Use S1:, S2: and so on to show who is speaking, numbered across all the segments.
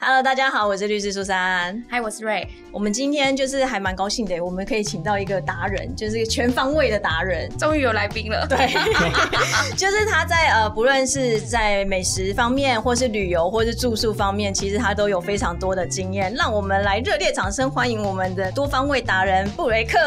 S1: Hello，大家好，我是律师苏珊。
S2: 嗨，我是瑞。
S1: 我们今天就是还蛮高兴的，我们可以请到一个达人，就是全方位的达人。
S2: 终于有来宾了。
S1: 对，就是他在呃，不论是在美食方面，或是旅游，或是住宿方面，其实他都有非常多的经验。让我们来热烈掌声欢迎我们的多方位达人布雷克。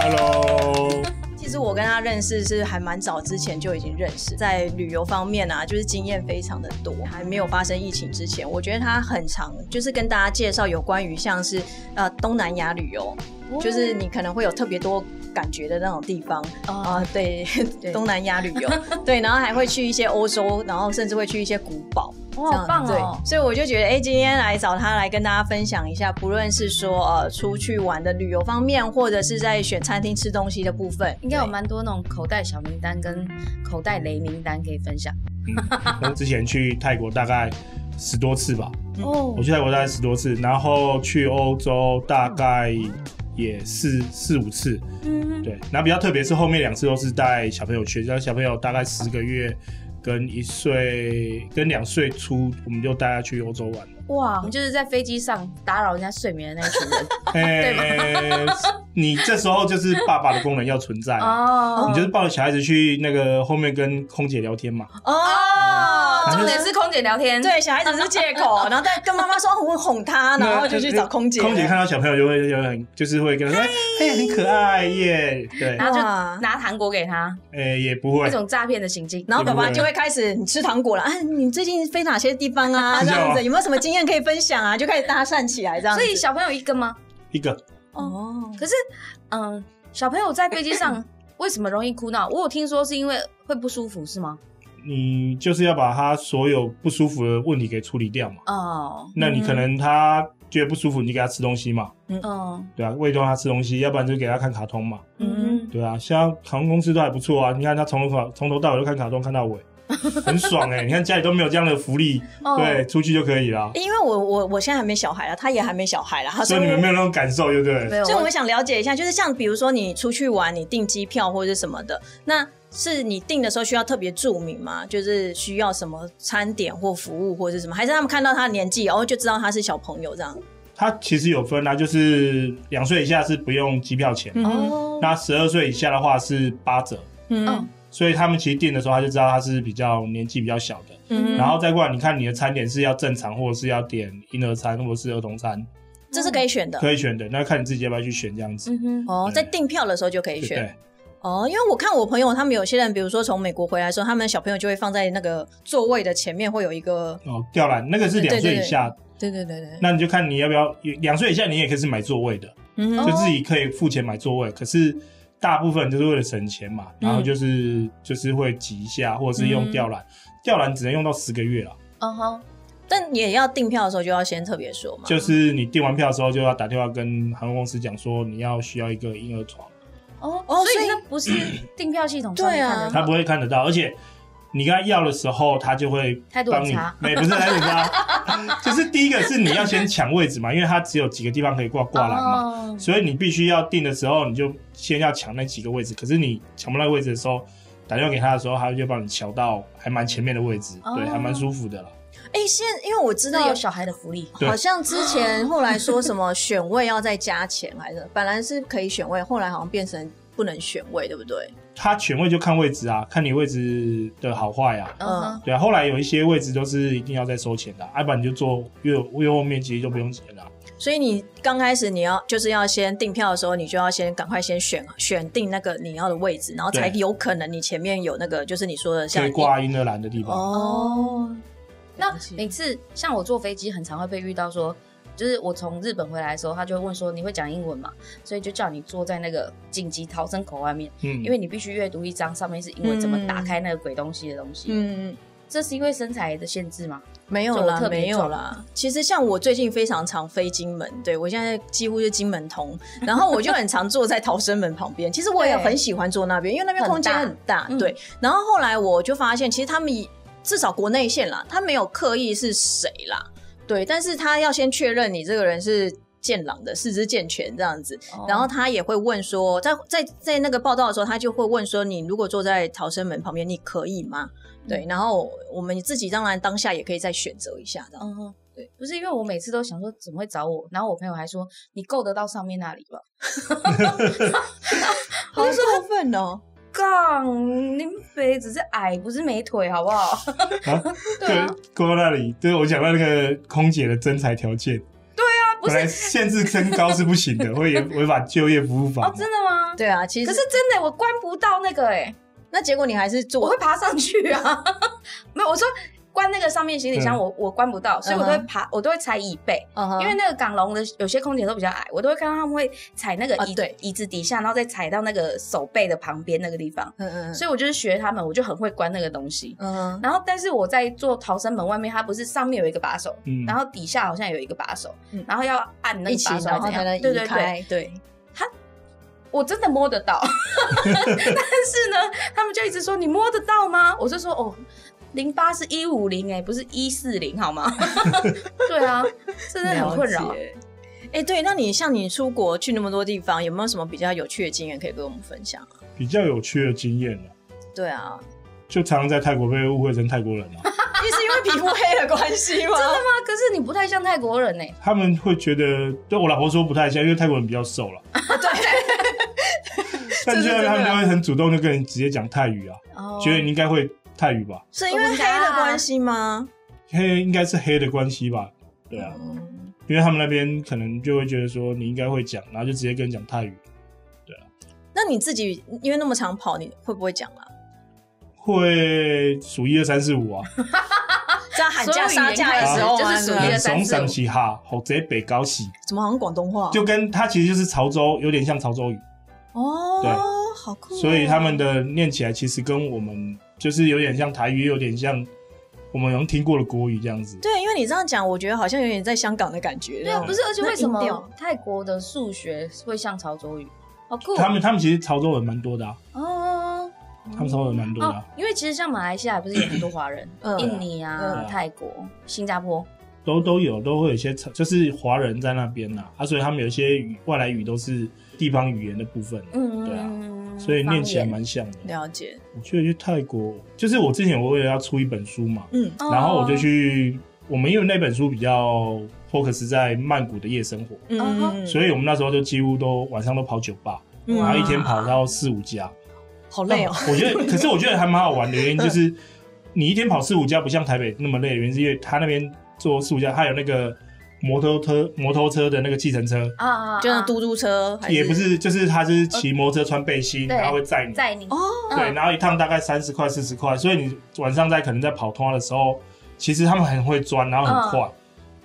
S3: Hello，
S1: 其实我跟他认识是还蛮早之前就已经认识，在旅游方面啊，就是经验非常的多。还没有发生疫情之前，我觉得他很常就是跟大家介绍有关于像是呃东南亚旅游，
S2: 哦
S1: 就是你可能会有特别多感觉的那种地方啊、
S2: 哦，
S1: 对，
S2: 对
S1: 东南亚 旅游，对，然后还会去一些欧洲，然后甚至会去一些古堡。
S2: 哇，好棒
S1: 这
S2: 哦
S1: 样！对，所以我就觉得，哎、今天来找他来跟大家分享一下，不论是说呃出去玩的旅游方面，或者是在选餐厅吃东西的部分，
S2: 应该有
S1: 对
S2: 蛮多那种口袋小名单跟口袋雷名单可以分享。
S3: 我之前去泰国大概十多次吧，
S1: 嗯
S2: 哦
S3: 我去泰国大概十多次，然后去欧洲大概也四四五次，
S2: 嗯，
S3: 对，然后比较特别是后面两次都是带小朋友去，像小朋友大概十个月跟一岁跟两岁出，我们就带他去欧洲玩了。
S2: 哇，我们就是在飞机上打扰人家睡眠的那一群人。
S3: 哎、你这时候就是爸爸的功能要存在
S2: 哦
S3: 啊。你就是抱着小孩子去那个后面跟空姐聊天嘛，
S1: 哦，
S2: 重点是空姐聊天。，
S1: 对，小孩子是借 口，然后再跟妈妈说哦我哄他，然后就去找空姐。
S3: 空姐看到小朋友就会就会很就是会跟他说，哎，很可爱耶。对，
S1: 啊
S2: 然后就
S1: 哇
S2: 拿糖果给他，
S3: 哎，也不会
S2: 一，种诈骗的行径。
S1: 然后爸爸就会开始你吃糖果了，啊，你最近飞哪些地方啊？
S3: 是
S1: 这
S3: 哦
S1: 样子有没有什么经验可以分享啊？就开始搭讪起来这样子。
S2: 所以小朋友一个吗？
S3: 一个
S1: 哦，
S2: 可是，嗯，小朋友在飞机 上为什么容易哭闹？我有听说是因为会不舒服，是吗？
S3: 你就是要把他所有不舒服的问题给处理掉嘛。
S2: 哦，
S3: 那你可能他觉得不舒服，你就给他吃东西嘛，
S2: 嗯
S3: 对啊，喂顿他吃东西，要不然就给他看卡通嘛，
S2: 嗯，
S3: 对啊。像航空公司都还不错啊，你看他从头从头到尾都看卡通看到尾，很爽哎、你看家里都没有这样的 福利，
S2: 哦
S3: 对，出去就可以了，
S1: 因为我我我现在还没小孩啦，他也还没小孩啦，他
S3: 所以你们没有那种感受，对不
S2: 没
S3: 对？
S2: 有，
S1: 所以我们想了解一下，就是像比如说你出去玩，你订机票或者是什么的，那是你订的时候需要特别注明吗？就是需要什么餐点或服务或者是什么？还是他们看到他的年纪，然、后就知道他是小朋友这样？
S3: 他其实有分啊，就是两岁以下是不用机票钱，
S1: 嗯
S2: 哦，
S3: 那十二岁以下的话是八折，
S1: 嗯
S2: 嗯
S3: 所以他们其实订的时候他就知道他是比较年纪比较小的。
S1: 嗯，
S3: 然后再过来，你看你的餐点是要正常，或者是要点婴儿餐，或者是儿童
S1: 嗯
S3: 餐，
S1: 这是可以选的。
S3: 可以选的。那看你自己要不要去选这样子，
S2: 嗯哼，
S1: 哦，在订票的时候就可以
S3: 对
S1: 选
S3: 对？
S1: 哦，因为我看我朋友他们有些人，比如说从美国回来的时候，他们小朋友就会放在那个座位的前面，会有一个，
S3: 哦，吊篮那个是两岁以下，
S1: 对对对对，
S3: 那你就看你要不要。两岁以下你也可以是买座位的，
S1: 嗯
S2: 哦
S3: 就自己可以付钱买座位。可是大部分就是为了省钱嘛，然后
S2: 嗯
S3: 就是、就是会挤一下，或者是用吊篮。吊篮只能用到十个月了，
S2: 嗯哼，
S1: 但也要订票的时候就要先特别说嘛，
S3: 就是你订完票的时候就要打电话跟航空公司讲说你要需要一个婴儿床。
S2: 哦
S1: 哦
S2: 哦，所
S1: 所以
S2: 以那不是 订票系统上
S1: 对
S2: 面
S1: 啊
S2: 看的吗，
S3: 他不会看得到，而且你跟他要的时候，他就会
S2: 态度
S3: 帮
S2: 很
S3: 你
S2: 差，
S3: 没不是态度很 差，就是第一个是你要先抢位置嘛，因为他只有几个地方可以挂挂篮嘛，
S2: 哦
S3: 所以你必须要定的时候，你就先要抢那几个位置。可是你抢不到位置的时候，打电话给他的时候，他就帮你瞧到还蛮前面的位置，
S2: 哦
S3: 对，还蛮舒服的啦。
S1: 哎，现因为我知
S2: 那
S1: 道
S2: 有小孩的福利，
S3: 对
S1: 好像之前后来说什 么选位要再加钱，还是本来是可以选位，后来好像变成不能选位，对不对？
S3: 他选位就看位置啊，看你位置的好坏啊。
S2: 嗯哼，
S3: 对啊，后来有一些位置都是一定要再收钱的啊，要不然你就坐越越后面，其实就不用钱了。啊
S1: 所以你刚开始你要就是要先订票的时候，你就要先赶快先选选定那个你要的位置，然后才
S3: 对
S1: 有可能你前面有那个就是你说的
S3: 可
S2: 啊
S1: 像
S3: 以挂婴儿篮的地方。
S1: 哦，
S2: 那
S1: 了解
S2: 每次像我坐飞机，很常会被遇到说，就是我从日本回来的时候，他就会问说你会讲英文嘛，所以就叫你坐在那个紧急逃生口外面，
S3: 嗯
S2: 因为你必须阅读一张上面是英文怎么打开那个鬼东西的东西。
S1: 嗯。
S2: 这是因为身材的限制吗？
S1: 没有
S2: 就
S1: 啦，
S2: 特别
S1: 没有
S2: 重
S1: 啦。其实像我最近非常常飞金门，对我现在几乎是金门 通，然后我就很常坐在逃生门旁边。其实我也
S2: 对
S1: 很喜欢坐那边，因为那边
S2: 很
S1: 空间
S2: 大
S1: 很大。
S2: 嗯
S1: 对，然后后来我就发现，其实他们以至少国内线啦，他没有刻意是谁啦，对，但是他要先确认你这个人是。健朗的四肢健全这样子，
S2: 哦
S1: 然后他也会问说，在在在那个报道的时候，他就会问说，你如果坐在逃生门旁嗯边，你可以吗？对，然后我们自己当然当下也可以再选择一下，这样。
S2: 嗯哼，对，不是因为我每次都想说怎么会找我，然后我朋友还说你够得到上面那里吗？
S1: 好过分哦！
S2: 杠，你们肥只是矮，不是没腿，好不好？
S3: 啊，
S2: 对啊，
S3: 过到那里，对我讲到那个空姐的征才条件，
S2: 啊不
S3: 本
S2: 是
S3: 来限制身高是不行的，会 违违反就业服务法
S2: 哦
S3: 嘛，。
S2: 真的吗？
S1: 对啊，其
S2: 可
S1: 实
S2: 是真的，我关不到那个哎、
S1: 那结果你还是
S2: 我
S1: 做
S2: 会，爬上去啊。 没有，我说关那个上面行李箱
S3: 嗯
S2: 我，我关不到，所以我都会
S1: 嗯哼
S2: 爬，我都会踩椅背。
S1: 嗯哼
S2: 因为那个港龙的有些空姐都比较矮，我都会看到他们会踩那个
S1: 啊
S2: 椅、
S1: 对
S2: 椅子底下，然后再踩到那个手背的旁边那个地方。
S1: 嗯嗯
S2: 所以我就是学他们，我就很会关那个东西。
S1: 嗯哼
S2: 然后，但是我在做逃生门外面，它不是上面有一个把手，
S3: 嗯
S2: 然后底下好像有一个把手，
S1: 嗯
S2: 然后要按那
S1: 一
S2: 个
S1: 起
S2: 把手
S1: 然后
S2: 还是
S1: 才
S2: 怎
S1: 能
S2: 样对
S1: 移
S2: 对对，
S1: 开，对，
S2: 我真的摸得 到，但是呢，他们就一直说你摸得到吗？我就说哦，零八是一五零哎，不是一四零好吗？ 对啊，真的很困扰
S1: 了。解。哎、对，那你像你出国去那么多地方，有没有什么比较有趣的经验可以跟我们分享啊？
S3: 比较有趣的经验了，
S1: 对 啊，
S3: 就常常在泰国被误会成泰国人啊，
S1: 也是因为皮肤黑的关系 吗？
S2: 真的吗？啊可是你不太像泰国人哎，
S3: 他们会觉得，对我老婆说不太像，因为泰国人比较瘦 了，但
S1: 这是
S3: 现在他
S1: 真
S3: 们
S1: 的
S3: 就会很主动，就跟你直接讲泰语啊，
S2: 哦
S3: 觉得你应该会泰语吧，
S1: 是因为黑的关系吗？
S3: 黑应该是黑的关系吧，对啊，
S2: 哦
S1: 嗯
S3: 因为他们那边可能就会觉得说你应该会讲，然后就直接跟你讲泰语，
S1: 那你自己因为那么常跑，你会不会讲啊？
S3: 会数一二三四五啊，
S1: 在喊价杀价的时候吗
S2: 就是数一
S1: 对
S2: 二
S1: 啊
S2: 三
S3: 怂
S2: 四五
S3: 省嘻哈，好贼北高喜，
S1: 怎么好像广东话？
S3: 就跟它其实就是潮州，有点像潮州语，对
S1: 哦，好酷哦、
S3: 所以他们的念起来其实跟我们就是有点像台语，有点像我们能听过的国语这样子。
S1: 对，因为你这样讲，我觉得好像有点在香港的感觉。
S2: 对啊，不是，而且为什
S1: 那音调
S2: 么泰国的数学会像潮州语？好酷
S3: 他们他们其实潮州人蛮多的、啊，
S2: 哦
S3: 他们潮州人蛮多的、
S2: 哦
S3: 啊，，
S2: 因为其实像马来西亚不是有很多华人
S1: 嗯，
S2: 印尼啊、
S3: 嗯
S2: 泰国、新加坡，
S3: 都都有都会有一些潮就是华人在那边呐、啊，所以他们有一些语外来语都是地方语言的部分，
S2: 嗯，
S3: 对
S2: 啊
S3: 所以念起来蛮像的。
S1: 了解，
S3: 我记得去泰国，就是我之前我为了要出一本书嘛，
S1: 嗯，
S2: 哦
S3: 然后我就去，我们因为那本书比较 focus 在曼谷的夜生活，
S1: 嗯
S2: 嗯
S1: 嗯，
S3: 所以我们那时候就几乎都晚上都跑酒吧，
S1: 嗯
S3: 然后一天
S2: 哇
S3: 跑到四五家。
S1: 好累哦，
S3: 我觉得，可是我觉得还蛮好玩的原因就是，你一天跑四五家不像台北那么累，原因是因为他那边做四五家，他有那个摩托车摩托车的那个计程车，
S2: 啊啊，啊
S1: 就像嘟嘟车，还
S3: 也不是，就是他是骑摩托车穿背心，
S2: 对
S3: 然后会载你。
S2: 在你
S1: 哦，
S3: 对，
S2: 嗯
S3: 然后一趟大概三十块、四十块，所以你晚上在可能在跑通话的时候，其实他们很会钻，然后很快，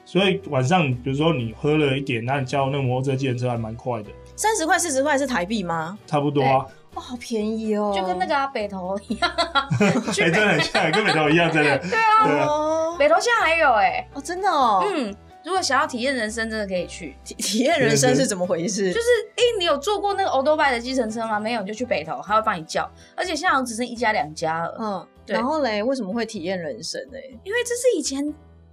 S3: 所以晚上比如说你喝了一点，那你叫那个摩托车、计程车还蛮快的，
S1: 三十块、四十块是台币吗？
S3: 差不多啊。
S1: 哇，好便宜哦，
S2: 就跟那个、啊、北投一样，
S3: 哎、真的很像，跟美头一样，真的。对啊对啊，
S1: 哦，
S2: 北投现在还有哎、
S1: 哦，真的哦，
S2: 嗯，如果想要体验人生，真的可以去。
S1: 体体验人生是怎么回事？
S2: 就是，哎、你有坐过那个欧多拜的计程车吗？没有，你就去北投，他会帮你叫。而且现在好像只剩一家两家了，
S1: 嗯，
S2: 对
S1: 然后嘞，为什么会体验人生呢？
S2: 因为这是以前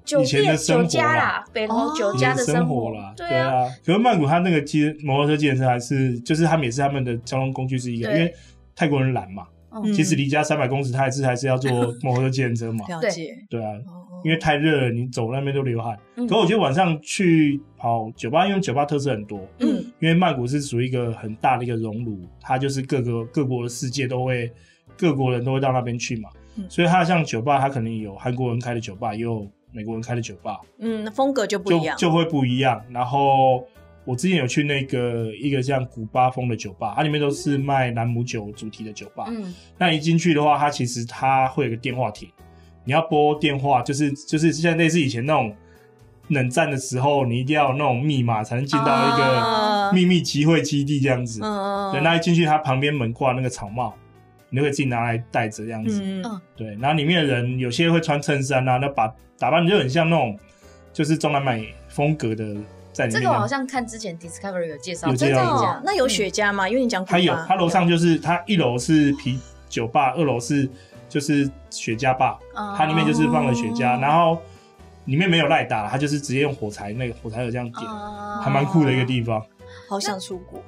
S2: 酒
S3: 以前
S2: 店
S3: 的生活
S2: 酒
S3: 啦
S2: 家啦，北投酒
S1: 哦。
S2: 家的
S3: 生
S2: 活
S3: 啦，
S2: 对
S3: 对
S2: 啊，
S3: 啊。可是曼谷它那个机摩托车、计程车还是，就是他们也是他们的交通工具之一啊，因
S2: 对
S3: 为泰国人懒嘛，
S2: 嗯
S3: 即使离家三百公尺，他还是还是 要坐摩托车、计程车嘛
S1: 了解，
S3: 对啊，
S1: 哦
S3: 因为太热了，你走那边都流汗。
S2: 嗯
S3: 可我觉得晚上去跑酒吧，因为酒吧特色很多，
S1: 嗯
S3: 因为曼谷是属于一个很大的一个熔炉，它就是各个各国的世界都会，各国人都会到那边去嘛，
S1: 嗯
S3: 所以它像酒吧，它可能有韩国人开的酒吧，也有美国人开的酒吧，
S1: 嗯，风格就不
S3: 就
S1: 一样，
S3: 就会不一样。然后我之前有去那个一个像古巴风的酒吧，啊它里面都是卖兰姆酒主题的酒吧，
S2: 嗯，
S3: 那一进去的话，它其实它会有个电话亭，你要拨电话，就是就是像类似以前那种冷战的时候，你一定要有那种密码才能进到一个
S1: 啊
S3: 秘密集会基地这样子。
S1: 嗯
S3: 对，那一进去，它旁边门挂那个草帽，你就可以自己拿来戴着这样子。
S1: 嗯
S2: 嗯
S3: 对，然后里面的人有些会穿衬衫啊，那把打扮就很像那种就是中南美风格的在里
S2: 这
S3: 面。啊
S2: 个我好像看之前 Discovery 有介绍，
S3: 有
S1: 真
S3: 介
S1: 的
S3: 绍
S2: 这
S1: 哦
S2: 样，
S1: 那有雪茄吗？因为你讲古
S3: 它有
S1: 巴，
S3: 它楼上就是它一楼是啤酒吧，二楼是就是雪茄吧。
S2: 嗯
S3: 它里面就是放了雪
S1: 哦
S3: 茄，然后里面没有赖打，它就是直接用火柴那个火柴有这样点，
S2: 哦
S3: 还蛮酷的一个地方。
S1: 好想出国。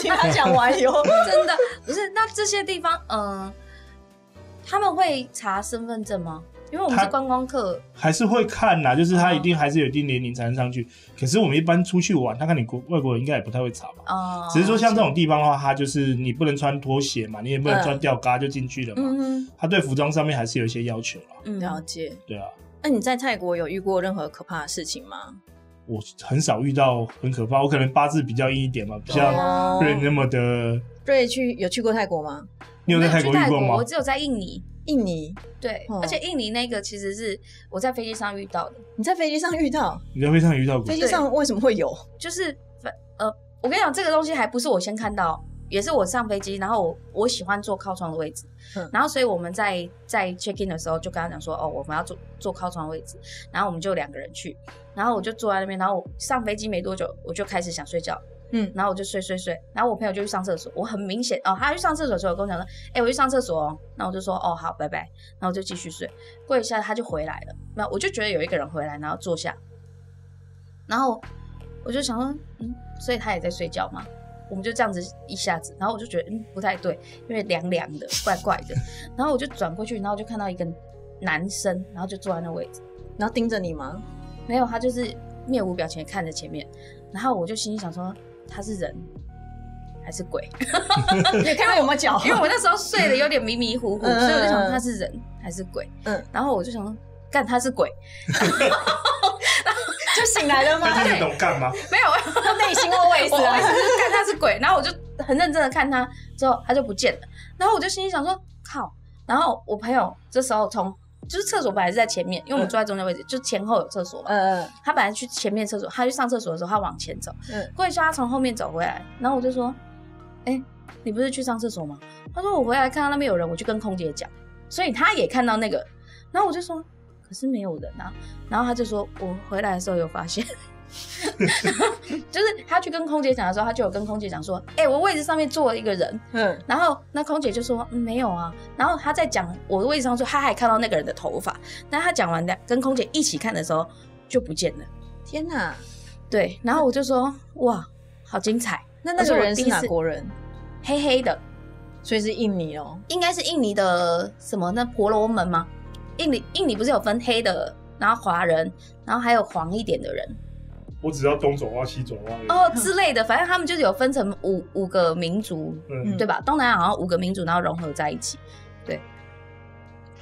S1: 听他讲完以后，
S2: 真呃的不是？那这些地方，嗯、他们会查身份证吗？因为我们
S3: 他
S2: 是观光客，
S3: 还是会看啦，就是他一定还是有一定年龄才能上去。可是我们一般出去玩，他看你国外国人应该也不太会查吧。
S2: 啊，
S3: 只是说像这种地方的话，他就是你不能穿拖鞋嘛，你也不能穿吊嘎就进去了嘛。
S2: 嗯嗯
S3: 他对服装上面还是有一些要求啦。
S2: 嗯，
S1: 了解。
S3: 对啊，
S1: 那你在泰国有遇过任何可怕的事情吗？
S3: 我很少遇到很可怕，我可能八字比较硬一点嘛，不像
S1: 哦
S3: 瑞那么的。
S1: 瑞去有去过泰国吗？
S3: 你有在
S2: 没
S3: 泰
S2: 去
S3: 国遇过吗
S2: 我？只有在印尼，
S1: 印尼？
S2: 对，
S1: 哦
S2: 而且印尼那个其实是我在飞机上遇到的，
S1: 你在飞机上遇到？
S3: 你在飞机上遇到过
S1: 飞？机上为什么会有？
S2: 就是呃，我跟你讲，这个东西还不是我先看到，也是我上飞机，然后我我喜欢坐靠窗的位置，
S1: 嗯
S2: 然后所以我们在在 check in 的时候就跟他讲说，哦，我们要坐坐靠窗位置，然后我们就两个人去，然后我就坐在那边，然后我上飞机没多久我就开始想睡觉，
S1: 嗯
S2: 然后我就睡睡睡，然后我朋友就去上厕所，我很明显哦，他去上厕所的时候跟我讲说，哎、我去上厕所哦，那我就说哦好，拜拜，然后我就继续睡，过一下他就回来了，那我就觉得有一个人回来，然后坐下，然后我就想说，嗯，所以他也在睡觉吗？我们就这样子一下子，然后我就觉得嗯不太对，因为凉凉的，怪怪的， 然后我就转过去，然后就看到一个男生，然后就坐在那位置。
S1: 然后盯着你 吗？
S2: 没有，他就是面无表情地看着前面，然后我就心里想说他是人还是鬼，
S1: 你看他有没有脚
S2: 因为我那时候睡得有点迷迷糊糊，
S1: 嗯
S2: 所以我就想说他是人还是鬼，
S1: 嗯
S2: 嗯，然后我就想说干他是鬼，
S1: 就醒来了吗？
S3: 但是你懂干嘛？
S2: 没有，
S1: 他内心 OS
S2: 我我一直
S1: 啊，
S2: 是看他是鬼，然后我就很认真的看他，之后他就不见了，然后我就心里想说靠，然后我朋友这时候从。就是厕所本来是在前面，因为我们坐在中间位置，就前后有厕所嘛。
S1: 呃，
S2: 他本来去前面厕所，他去上厕所的时候，他往前走，
S1: 嗯
S2: 过一下他从后面走回来，然后我就说：“哎、你不是去上厕所吗？”他说：“我回来看到那边有人，我去跟空姐讲，所以他也看到那个。”然后我就说：“可是没有人啊。”然后他就说：“我回来的时候有发现。” 就是他去跟空姐讲的时候，他就有跟空姐讲说：“哎、我位置上面坐了一个人。”
S1: 嗯，
S2: 然后那空姐就说、嗯、没有啊。然后她在讲我的位置上说，她还看到那个人的头发。那她讲完的跟空姐一起看的时候就不见了。
S1: 天哪，
S2: 对，然后我就说哇，好精彩，
S1: 那那
S2: 可是
S1: 个
S2: 我
S1: 人是
S2: 第一
S1: 哪
S2: 次
S1: 国人？
S2: 黑黑的，
S1: 所以是印尼哦。
S2: 应该是印尼的什么那婆罗门吗？印尼印尼不是有分黑的，然后华人，然后还有黄一点的人
S3: 我只要东转弯、西啊转弯而已。
S2: 哦之类的，反正他们就是有分成五五个民族，
S3: 嗯，
S2: 对吧？东南亚好像五个民族，然后融合在一起，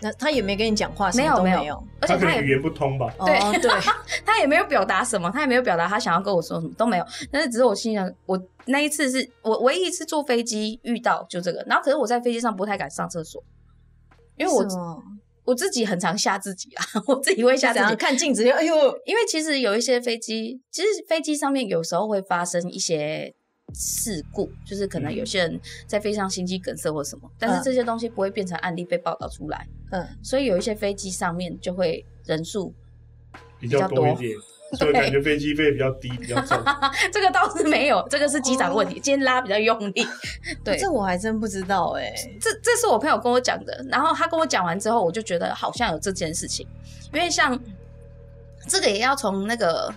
S1: 那他也没跟你讲话，什
S2: 没
S1: 么
S2: 有
S1: 都
S2: 没有
S1: 没有。
S2: 而
S3: 他
S2: 且他
S3: 可能
S2: 也
S3: 语言不通吧？
S2: 对
S1: 哦对，
S2: 他也没有表达什么，他也没有表达他想要跟我说什么，都没有。但是只是我心想，我那一次是我唯一一次坐飞机遇到就这个，然后可是我在飞机上不太敢上厕所，因为我
S1: 什么
S2: 我自己很常吓自己啦，啊 我自己会吓
S1: 就
S2: 自
S1: 怎样
S2: 己。
S1: 看镜子就哎呦，
S2: 因为其实有一些飞机，其实飞机上面有时候会发生一些事故，就是可能有些人在飞机上心肌梗塞或什么，但
S1: 嗯
S2: 是这些东西不会变成案例被报道出来，
S1: 嗯，
S2: 所以有一些飞机上面就会人数
S3: 比较多一点，所以感觉飞机费比较低，比较重。
S2: 这个倒是没有，这个是机长的问题，今天拉比较用力。 对，
S1: 这我还真不知道哎。
S2: 这这是我朋友跟我讲的，然后他跟我讲完之后，我就觉得好像有这件事情，因为像这个也要从那个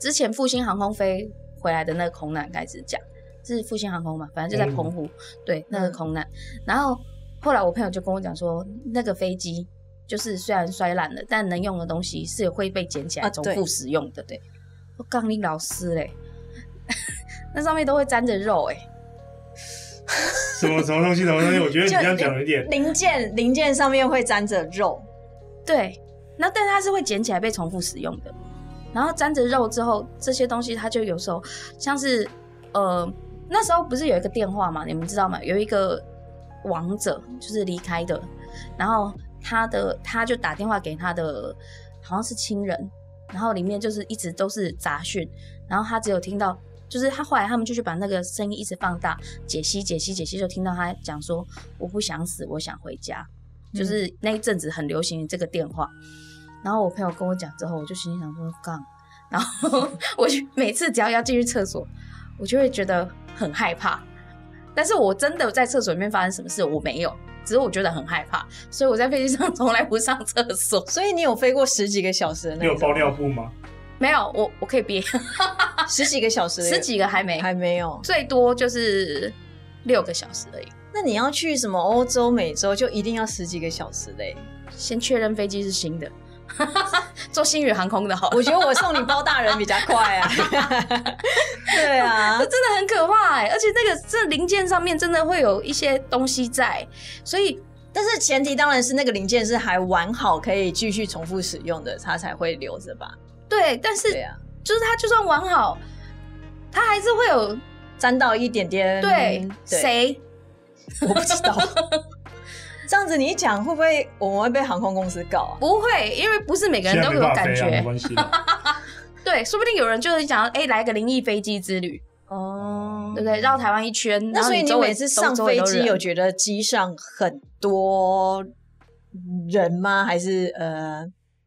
S2: 之前复兴航空飞回来的那个空难开始讲，是复兴航空嘛，反正就在澎湖，
S1: 嗯
S2: 对，那个空难。然后后来我朋友就跟我讲说，那个飞机就是虽然摔烂了，但能用的东西是会被捡起
S1: 啊
S2: 来重
S1: 对
S2: 复使用的，对。我杠铃老师嘞， 那上面都会沾着肉哎、
S3: 什么什么东西，什么东西？我觉得你这样讲有点，
S1: 零件零件上面会沾着肉，
S2: 对，那但它是会捡起来被重复使用的，然后沾着肉之后，这些东西它就有时候像是呃，那时候不是有一个电话嘛，你们知道吗？有一个王者就是离开的，然后他的他就打电话给他的好像是亲人，然后里面就是一直都是杂讯，然后他只有听到。就是他后来他们就去把那个声音一直放大解析解析解析，就听到他讲说我不想死，我想回家。就是那一阵子很流行这个电话。然后我朋友跟我讲之后，我就心里想说杠，然后 我就每次只要要进去厕所，我就会觉得很害怕。但是我真的在厕所里面发生什么事，我没有，只是我觉得很害怕，所以我在飞机上 从来不上厕所。
S1: 所以你有飞过十几个小时的
S3: 你
S1: 那
S3: 有
S1: 种，
S3: 包尿布吗？
S2: 没有，我我可以憋
S1: 啊十几个小时的
S2: 十几个还没，
S1: 还没有。
S2: 最多就是六个小时而已。
S1: 那你要去什么欧洲、美洲，就一定要十几个小时嘞。
S2: 先确认飞机是新的， 坐星宇航空的好了。
S1: 我觉得我送你包大人比较快 啊。对啊
S2: 这，真的很可怕哎、而且那个这零件上面真的会有一些东西在，所以
S1: 但是前提当然是那个零件是还完好，可以继续重复使用的，它才会留着吧？
S2: 对，但是
S1: 对啊，
S2: 就是它就算完好，它还是会有
S1: 沾到一点点。
S2: 对
S1: 嗯对，
S2: 谁
S1: 我不知 道。这样子你一讲，会不会我们会被航空公司告啊？
S2: 不会，因为不是每个
S3: 现
S2: 人
S3: 在
S2: 都
S3: 没
S2: 有
S3: 办法
S2: 感
S3: 飞啊，没
S2: 觉。
S3: 关系啦。
S2: 对，说不定有人就是想要哎、来个灵异飞机之旅，
S1: 哦
S2: 对不对？绕台湾一圈，
S1: 那
S2: 然后
S1: 所以你
S2: 周围
S1: 每次上
S2: 周围
S1: 飞
S2: 都
S1: 机
S2: 人
S1: 有觉得机上很多人吗？还是呃，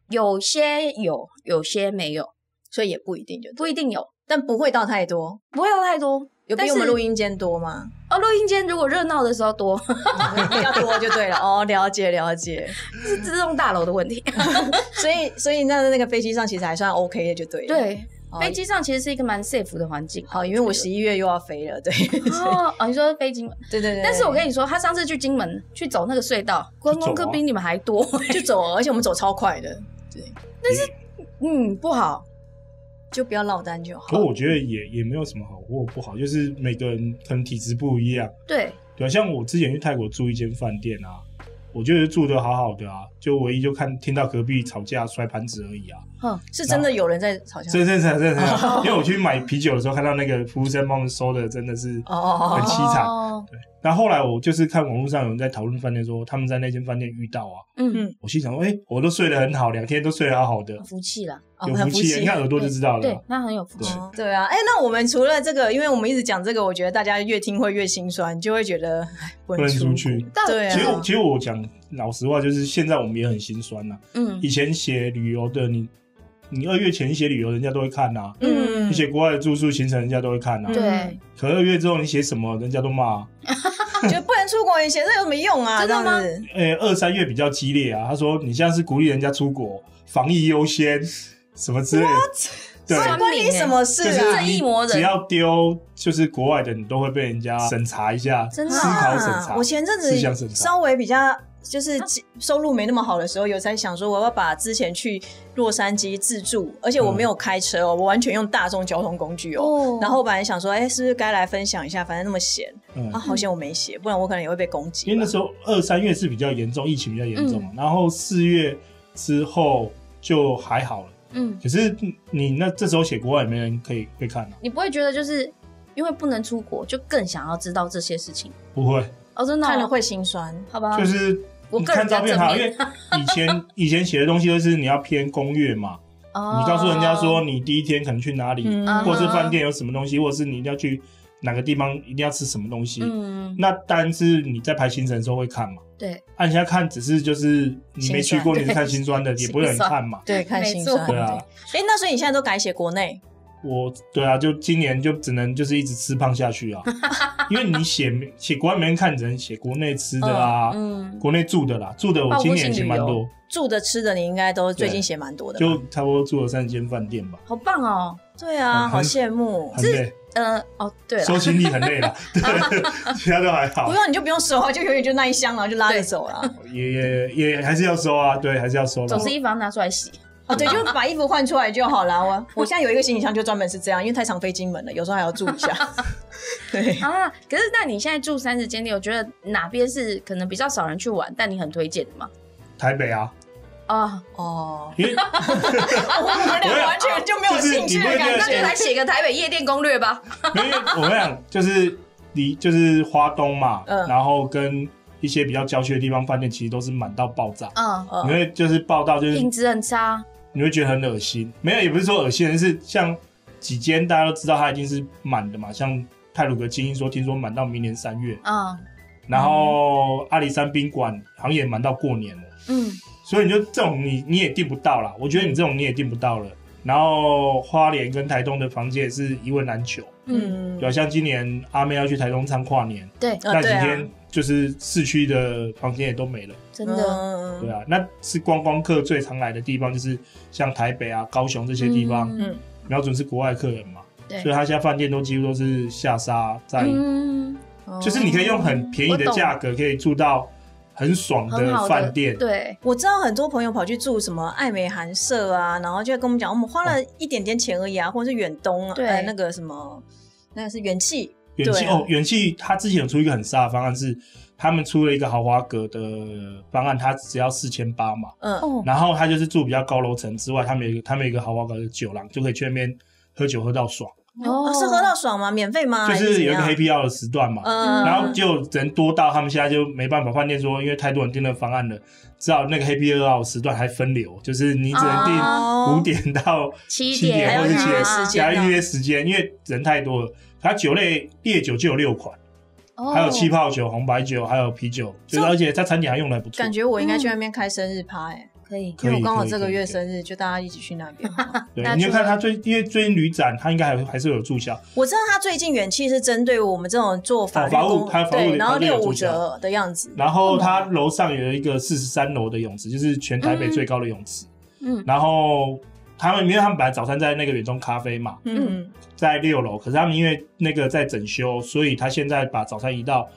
S2: 有些有，有些没有，
S1: 所以也不一定就对，
S2: 不一定有，
S1: 但不会到太多，
S2: 不会有太多。
S1: 有
S2: 但
S1: 比我
S2: 是
S1: 们录音间多 吗？
S2: 哦，录音间如果热闹的时候多，
S1: 比较多就对了。哦，了解了解。
S2: 是自动大楼的问题。
S1: 所以所以那那个飞机上其实还算 OK 的，就对了。
S2: 对，
S1: 哦，
S2: 飞机上其实是一个蛮 safe 的环境。
S1: 好，因为我十一月又要飞了，对
S2: 哦，哦，你说飞金门，
S1: 对对对。
S2: 但是我跟你说，他上次去金门去走那个隧道，观光客比你们还 多。
S1: 就走了，而且我们走超快的，
S3: 但是，
S2: 嗯，不好，
S1: 就不要落单就
S3: 可
S1: 好。嗯
S3: 我觉得也也没有什么好或不好，就是每个人可能体质不一样。
S2: 对，
S3: 对啊，像我之前去泰国住一间饭店啊，我觉得住的好好的啊，就唯一就看听到隔壁吵架摔盘子而已啊。
S2: 哼，
S1: 是真的有人在吵架。
S3: 真真真真真， 因为我去买啤酒的时候看到那个服务生帮我们收的，真的是。
S1: 哦哦
S3: 很
S1: 哦，
S3: 凄惨
S2: 哦
S3: 那后来我就是看网络上有人在讨论饭店说他们在那间饭店遇到啊，
S2: 嗯，
S3: 我心想说，哎、我都睡得很好，两天都睡得好好的
S2: 很，服气啦，
S1: 哦
S3: 有
S1: 很
S3: 福气啊，你看耳朵就知道了
S2: 对
S3: 啊。，
S2: 那很有福气。
S1: 哦对啊，哎、那我们除了这个，因为我们一直讲这个，我觉得大家越听会越心酸，就会觉得哎不
S3: 不
S1: 能
S3: 能
S1: 出
S3: 出去
S1: 国对
S3: 其实
S1: 啊
S3: 我，其实我讲老实话，就是现在我们也很心酸呐、啊
S2: 嗯
S3: 以前写旅游的你，你二月前写旅游，人家都会看呐、
S1: 嗯
S3: 你，写国外的住宿行程，人家都会看呐、啊
S1: 嗯
S2: 对，
S3: 可二月之后你写什么，人家都骂、啊。
S1: 觉得不能出国，你写这有什么用啊？
S2: 真的吗
S1: 这样子
S3: 哎、二三月比较激烈啊，他说你现在是鼓励人家出国，防疫优先，什么之类的。对，啊
S2: 酸
S1: 关你
S2: 民欸
S1: 什么啊事
S3: 就是
S1: 啊？
S2: 正义魔人
S3: 只要丢就是国外的，你都会被人家审查一下，
S2: 真的
S3: 思考审
S1: 啊
S3: 查。
S1: 我前阵子
S3: 思想审查
S1: 稍微比较。就是收入没那么好的时候，有在想说我要把之前去洛杉矶自助，而且我没有开车哦，我完全用大众交通工具哦。
S2: 哦
S1: 然后我本来想说，哎、是不是该来分享一下？反正那么闲
S3: 嗯
S1: 啊，，好险我没写，不然我可能也会被攻击吧。
S3: 因为那时候二三月是比较严重，疫情比较严重嘛，
S1: 嗯
S3: 然后四月之后就还好了。
S2: 嗯，
S3: 可是你那这时候写国外，也没人可以会看啊，
S2: 你不会觉得就是因为不能出国，就更想要知道这些事情
S3: 不会，
S2: 哦，真的哦
S1: 看了会心酸。
S2: 好吧？
S3: 就是
S2: 啊我
S3: 你
S2: 个人
S3: 看
S2: 比较
S3: 照片
S2: 正面
S3: 好，因为以前 以前写的东西都是你要偏攻略嘛，
S2: 你
S3: 你告诉人家说你第一天可能去哪里，
S1: 嗯
S2: 啊
S3: 或是饭店有什么东西，或者是你一定要去哪个地方，一定要吃什么东西。
S2: 嗯，
S3: 那当然是你在排行程的时候会看嘛，
S2: 对，
S3: 按下看只是就是你没去过，
S1: 心酸
S3: 你是看 心酸的，也不会有人看嘛。
S1: 对，看心
S2: 没
S1: 酸。
S2: 错
S3: 对啊，
S1: 哎、那所以你现在都改写国内，
S3: 我对啊，就今年就只能就是一直吃胖 下去啊，因为你写写国外没人看，只能写国内吃的啊，
S2: 嗯，
S3: 国内住的啦，住的我今年也写蛮
S2: 报复性旅
S3: 多，
S1: 住的吃的，你应该都最近写蛮多的吧。
S3: 就差不多住了三间饭店吧，
S2: 好棒哦，
S1: 对啊，
S3: 嗯
S1: 好羡慕。
S3: 很累，
S2: 呃，哦，对了，
S3: 收行李很 累了，对，其他都还好
S1: 不，用你就不用收啊，就永远就那一箱，然后就拉着走了。
S3: 也也也还是要收啊，对，还是要收啦
S2: 总是衣服要拿出来 洗，
S1: 哦，对，就把衣服换出来就好啦。我我现在有一个行李箱就专门是这样，因为太常飞金门了，有时候还要住一下。对，
S2: 啊，可是那你现在住三十间店，我觉得哪边是可能比较少人去玩，但你很推荐的嘛？
S3: 台北啊，
S2: 啊，
S1: 哦，
S3: 因为
S1: 我们俩完全就没有兴趣的感
S3: 就是你不
S2: 那
S3: 会觉
S2: 就
S1: 觉
S3: 得。
S2: 来写个台北夜店攻略吧。
S3: 因为我跟你讲，就是离就是花东嘛，
S1: 嗯
S3: 然后跟一些比较郊区的地方饭店，其实都是满到爆炸。
S2: 嗯，
S1: 嗯
S3: 你会就是爆到就是
S2: 品质很差，
S3: 你会觉得很恶心，没有也不是说恶心，是像几间大家都知道它已经是满的嘛，像泰鲁格精英说听说满到明年三月，
S2: 嗯
S3: 然后阿里山宾馆好像也满到过年了，
S2: 嗯，
S3: 所以你就这种你你也订不到啦，我觉得你这种你也订不到了。然后花莲跟台东的房间也是一问难求，
S1: 嗯
S3: 对啊吧、，像今年阿妹要去台东唱跨年。
S2: 对，
S1: 呃
S3: 那几
S1: 对啊
S3: 天就是市区的房间也都没了，
S2: 真的，
S1: 嗯
S3: 对啊，那是观光客最常来的地方，就是像台北啊、高雄这些地方，
S2: 嗯
S3: 瞄准是国外客人嘛，
S2: 对
S3: 所以他现在饭店都几乎都是下沙在，
S2: 嗯，
S1: 嗯
S3: 啊哦就是你可以用很便宜的价格可以住到很爽
S2: 很好的
S3: 饭店，
S2: 对，
S1: 我知道很多朋友跑去住什么爱美韩舍啊，然后就跟我们讲，我们花了一点点钱而已啊，或者是远东啊，
S2: 对
S1: 呃那个什么，那个是元气，
S3: 元气
S1: 对啊
S3: 哦，元气他之前有出一个很飒的方案是，他们出了一个豪华阁的方案，它只要四千八嘛，
S1: 嗯，
S2: 哦，
S3: 然后他就是住比较高楼层之外，他们有一个他们有一个豪华阁的酒廊，就可以去那边喝酒喝到爽，
S1: 哦是喝到爽吗？免费吗？
S3: 就
S1: 还
S3: 是
S1: 怎
S3: 有一个
S1: 样
S3: happy hour 的时段嘛。
S1: 嗯，
S3: 然后就人多到他们现在就没办法，饭店说因为太多人订那个方案了，只好那个 happy hour 时段还分流，就是你只能订
S1: 哦
S3: 五点到
S2: 七
S3: 七点
S1: 还
S2: 点
S1: 有预
S2: 啊
S3: 或是七
S1: 约
S3: 点
S1: 时间
S3: 还
S1: 啊
S3: 要预约时间，因为人太多了。它酒类烈酒就有六款，
S2: 哦
S3: 还有气泡酒、红白酒，还有啤酒，就是而且它餐点还用的还不错。
S1: 感觉我应该去那边开生日趴哎，
S2: 可以，
S1: 因
S3: 可以
S1: 为我刚好这个
S3: 可以可以
S1: 月生日，就大家一起去那边。
S3: 对
S2: 那，
S3: 你
S2: 就
S3: 就看它最，因为最近旅展它应该还还是有促销，
S1: 我知道他最近元气是针对我们这种做法律
S3: 哦法务
S1: 工
S3: 他法务
S1: 对，
S3: 的
S1: 然后
S3: 他就有
S1: 六五
S3: 注销
S1: 折的样子。
S3: 然后它楼上有一个四十三楼的泳池，就是全台北最高的泳池。
S2: 嗯
S3: 然后他们因为他们本来早餐在那个远东咖啡嘛，
S1: 嗯，
S3: 在六楼，可是他们因为那个在整修，所以他现在把早餐移到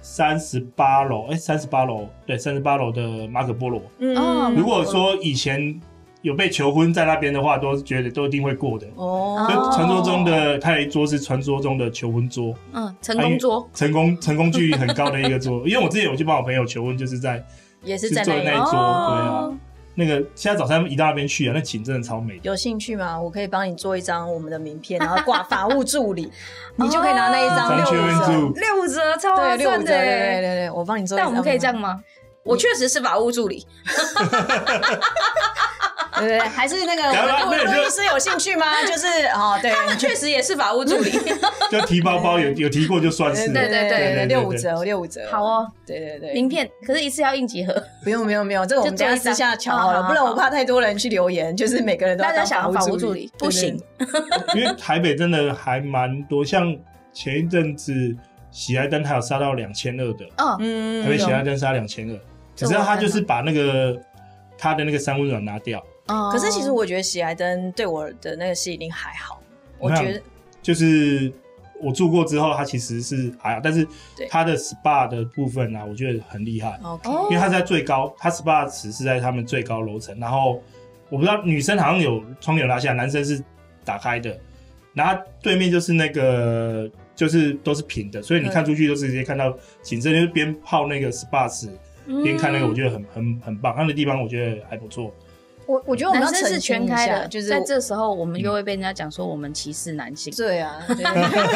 S3: 三十八楼，哎，三十八楼，对，三十八楼的马可波罗。
S1: 嗯
S2: 哦
S1: 嗯
S3: 如果说以前有被求婚在那边的话，都觉得都一定会过的。
S1: 哦
S3: 所以
S2: 哦
S3: 传说中的，它有一桌是传说中的求婚桌，
S2: 嗯，成功桌
S3: 成功成功几率很高的一个桌。因为我之前有去帮我朋友求婚，就是在
S1: 也是
S3: 是
S1: 在
S3: 坐
S1: 那
S3: 那
S1: 里
S3: 一桌，对
S2: 哦
S3: 啊，那个现在早餐移到那边去啊，那景真的超美的。
S1: 有兴趣吗？我可以帮你做一张我们的名片，然后挂法务助 理，你就可以拿那一张
S3: 张
S1: 六
S3: 确认
S1: 五折，
S3: 助，
S2: 六五折超
S1: 对
S2: 划
S1: 六五
S2: 哦算
S1: 折，
S2: 的
S1: 对对对
S2: 欸，
S1: 对，我帮你做一
S2: 但
S1: 张。
S2: 我们可以这样吗？我确实是法务助理，
S1: 对，对对，还是那个
S3: 然后
S1: 我
S3: 那
S1: 们
S3: 你
S1: 录
S3: 就
S1: 录音师有兴趣吗？就是哦，对，
S2: 确实也是法务助理。
S3: 就提包包有有提过就算是了，
S2: 对 对对
S1: 对，
S3: 对对
S1: 六五折，六五折，
S2: 好哦，
S1: 对对对，
S2: 名片，可是一次要印几盒？
S1: 不用不用不用，这个我们
S2: 就做
S1: 等一
S2: 一
S1: 下私
S2: 张
S1: 下瞧好了，
S2: 哦好
S1: 不然我怕太多人去留言，就是每个人 都要
S2: 大家
S1: 当
S2: 想要
S1: 法
S2: 法
S1: 务
S2: 务
S1: 助
S2: 助
S1: 理
S2: 理，不行。
S3: 因为台北真的还蛮多，像前一阵子喜来登还有杀到两千二的，
S2: 嗯，
S1: 嗯
S3: 台北喜来登杀两千二，
S2: 这
S3: 只
S2: 我
S3: 是他就
S2: 看
S3: 是把那个他的那个三温暖拿掉，
S1: 可
S2: 可
S1: 是其实我觉得喜来登对我的那个吸引力还好，我
S3: 那
S1: 觉得
S3: 就是我住过之后，它其实是还好，但是
S1: 对
S3: 它的 SPA 的部分啊，我觉得很厉害，
S1: OK，
S2: 哦
S3: 因为它在最高，它 SPA 池是在他们最高楼层，然后我不知道女生好像有窗帘拉下，男生是打开的，然后对面就是那个就是都是平的，所以你看出去就是直接看到景色，就是边泡那个 SPA 池
S2: 嗯
S3: 边看那个，我觉得很很很棒，它的地方我觉得还不错。
S1: 我我觉得我们要
S2: 男
S1: 澄
S2: 生
S1: 清
S2: 是全开
S1: 一下
S2: 的，
S1: 就是
S2: 在这时候我
S3: 嗯
S2: 们又会被人家讲说我们歧视男性。
S1: 对啊，对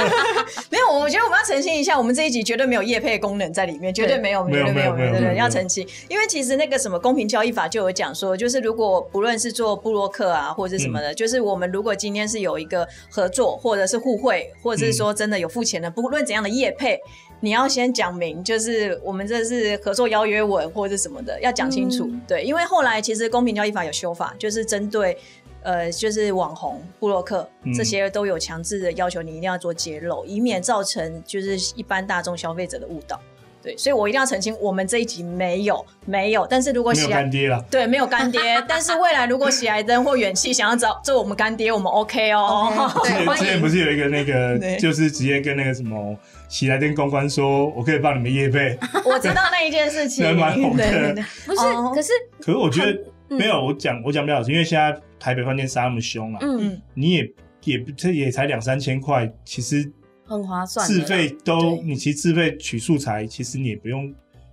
S1: 没有，我觉得我们要澄清一下，我们这一集绝对没有业配功能在里面，绝对没有，
S3: 没有
S1: 绝对
S3: 没有没有
S1: 对
S3: 没
S1: 对，
S3: 有
S1: 要澄清，因为其实那个什么公平交易法就有讲说，就是如果不论是做布洛克啊或者是什
S3: 嗯
S1: 么的，就是我们如果今天是有一个合作或者是互惠，或者是说真的有付钱的，不论怎样的业配。你要先讲明，就是我们这是合作邀约文或者什么的，要讲清楚。
S2: 嗯
S1: 对，因为后来其实公平交易法有修法，就是针对呃，就是网红、布洛克
S3: 嗯
S1: 这些都有强制的要求，你一定要做揭露，以免造成就是一般大众消费者的误导。对，所以我一定要澄清，我们这一集没有没有，但是如果
S3: 没有
S1: 喜来
S3: 干爹啦，
S1: 对没有干爹， 但是未来如果喜来登或远气想要找做我们干爹，我们 OK 哦。
S2: OK，对
S3: 之前
S2: 欢迎
S3: 之前不是有一个那
S1: 对
S3: 个，就是直接跟那个什么喜来登公关说，我可以帮你们业配，
S1: 我知道那一件事情，
S3: 那蛮红的
S1: 对对对
S2: 不是
S1: 哦，
S2: 可是
S3: 可是我觉得
S2: 嗯
S3: 没有，我讲我讲不了，因为现在台北饭店杀那么凶啊，
S2: 嗯，
S1: 嗯，
S3: 你也也这也才两三千块，其实
S2: 很划算的啦。
S3: 自费都
S1: 对
S3: 你其实自费取素材，其实你也不用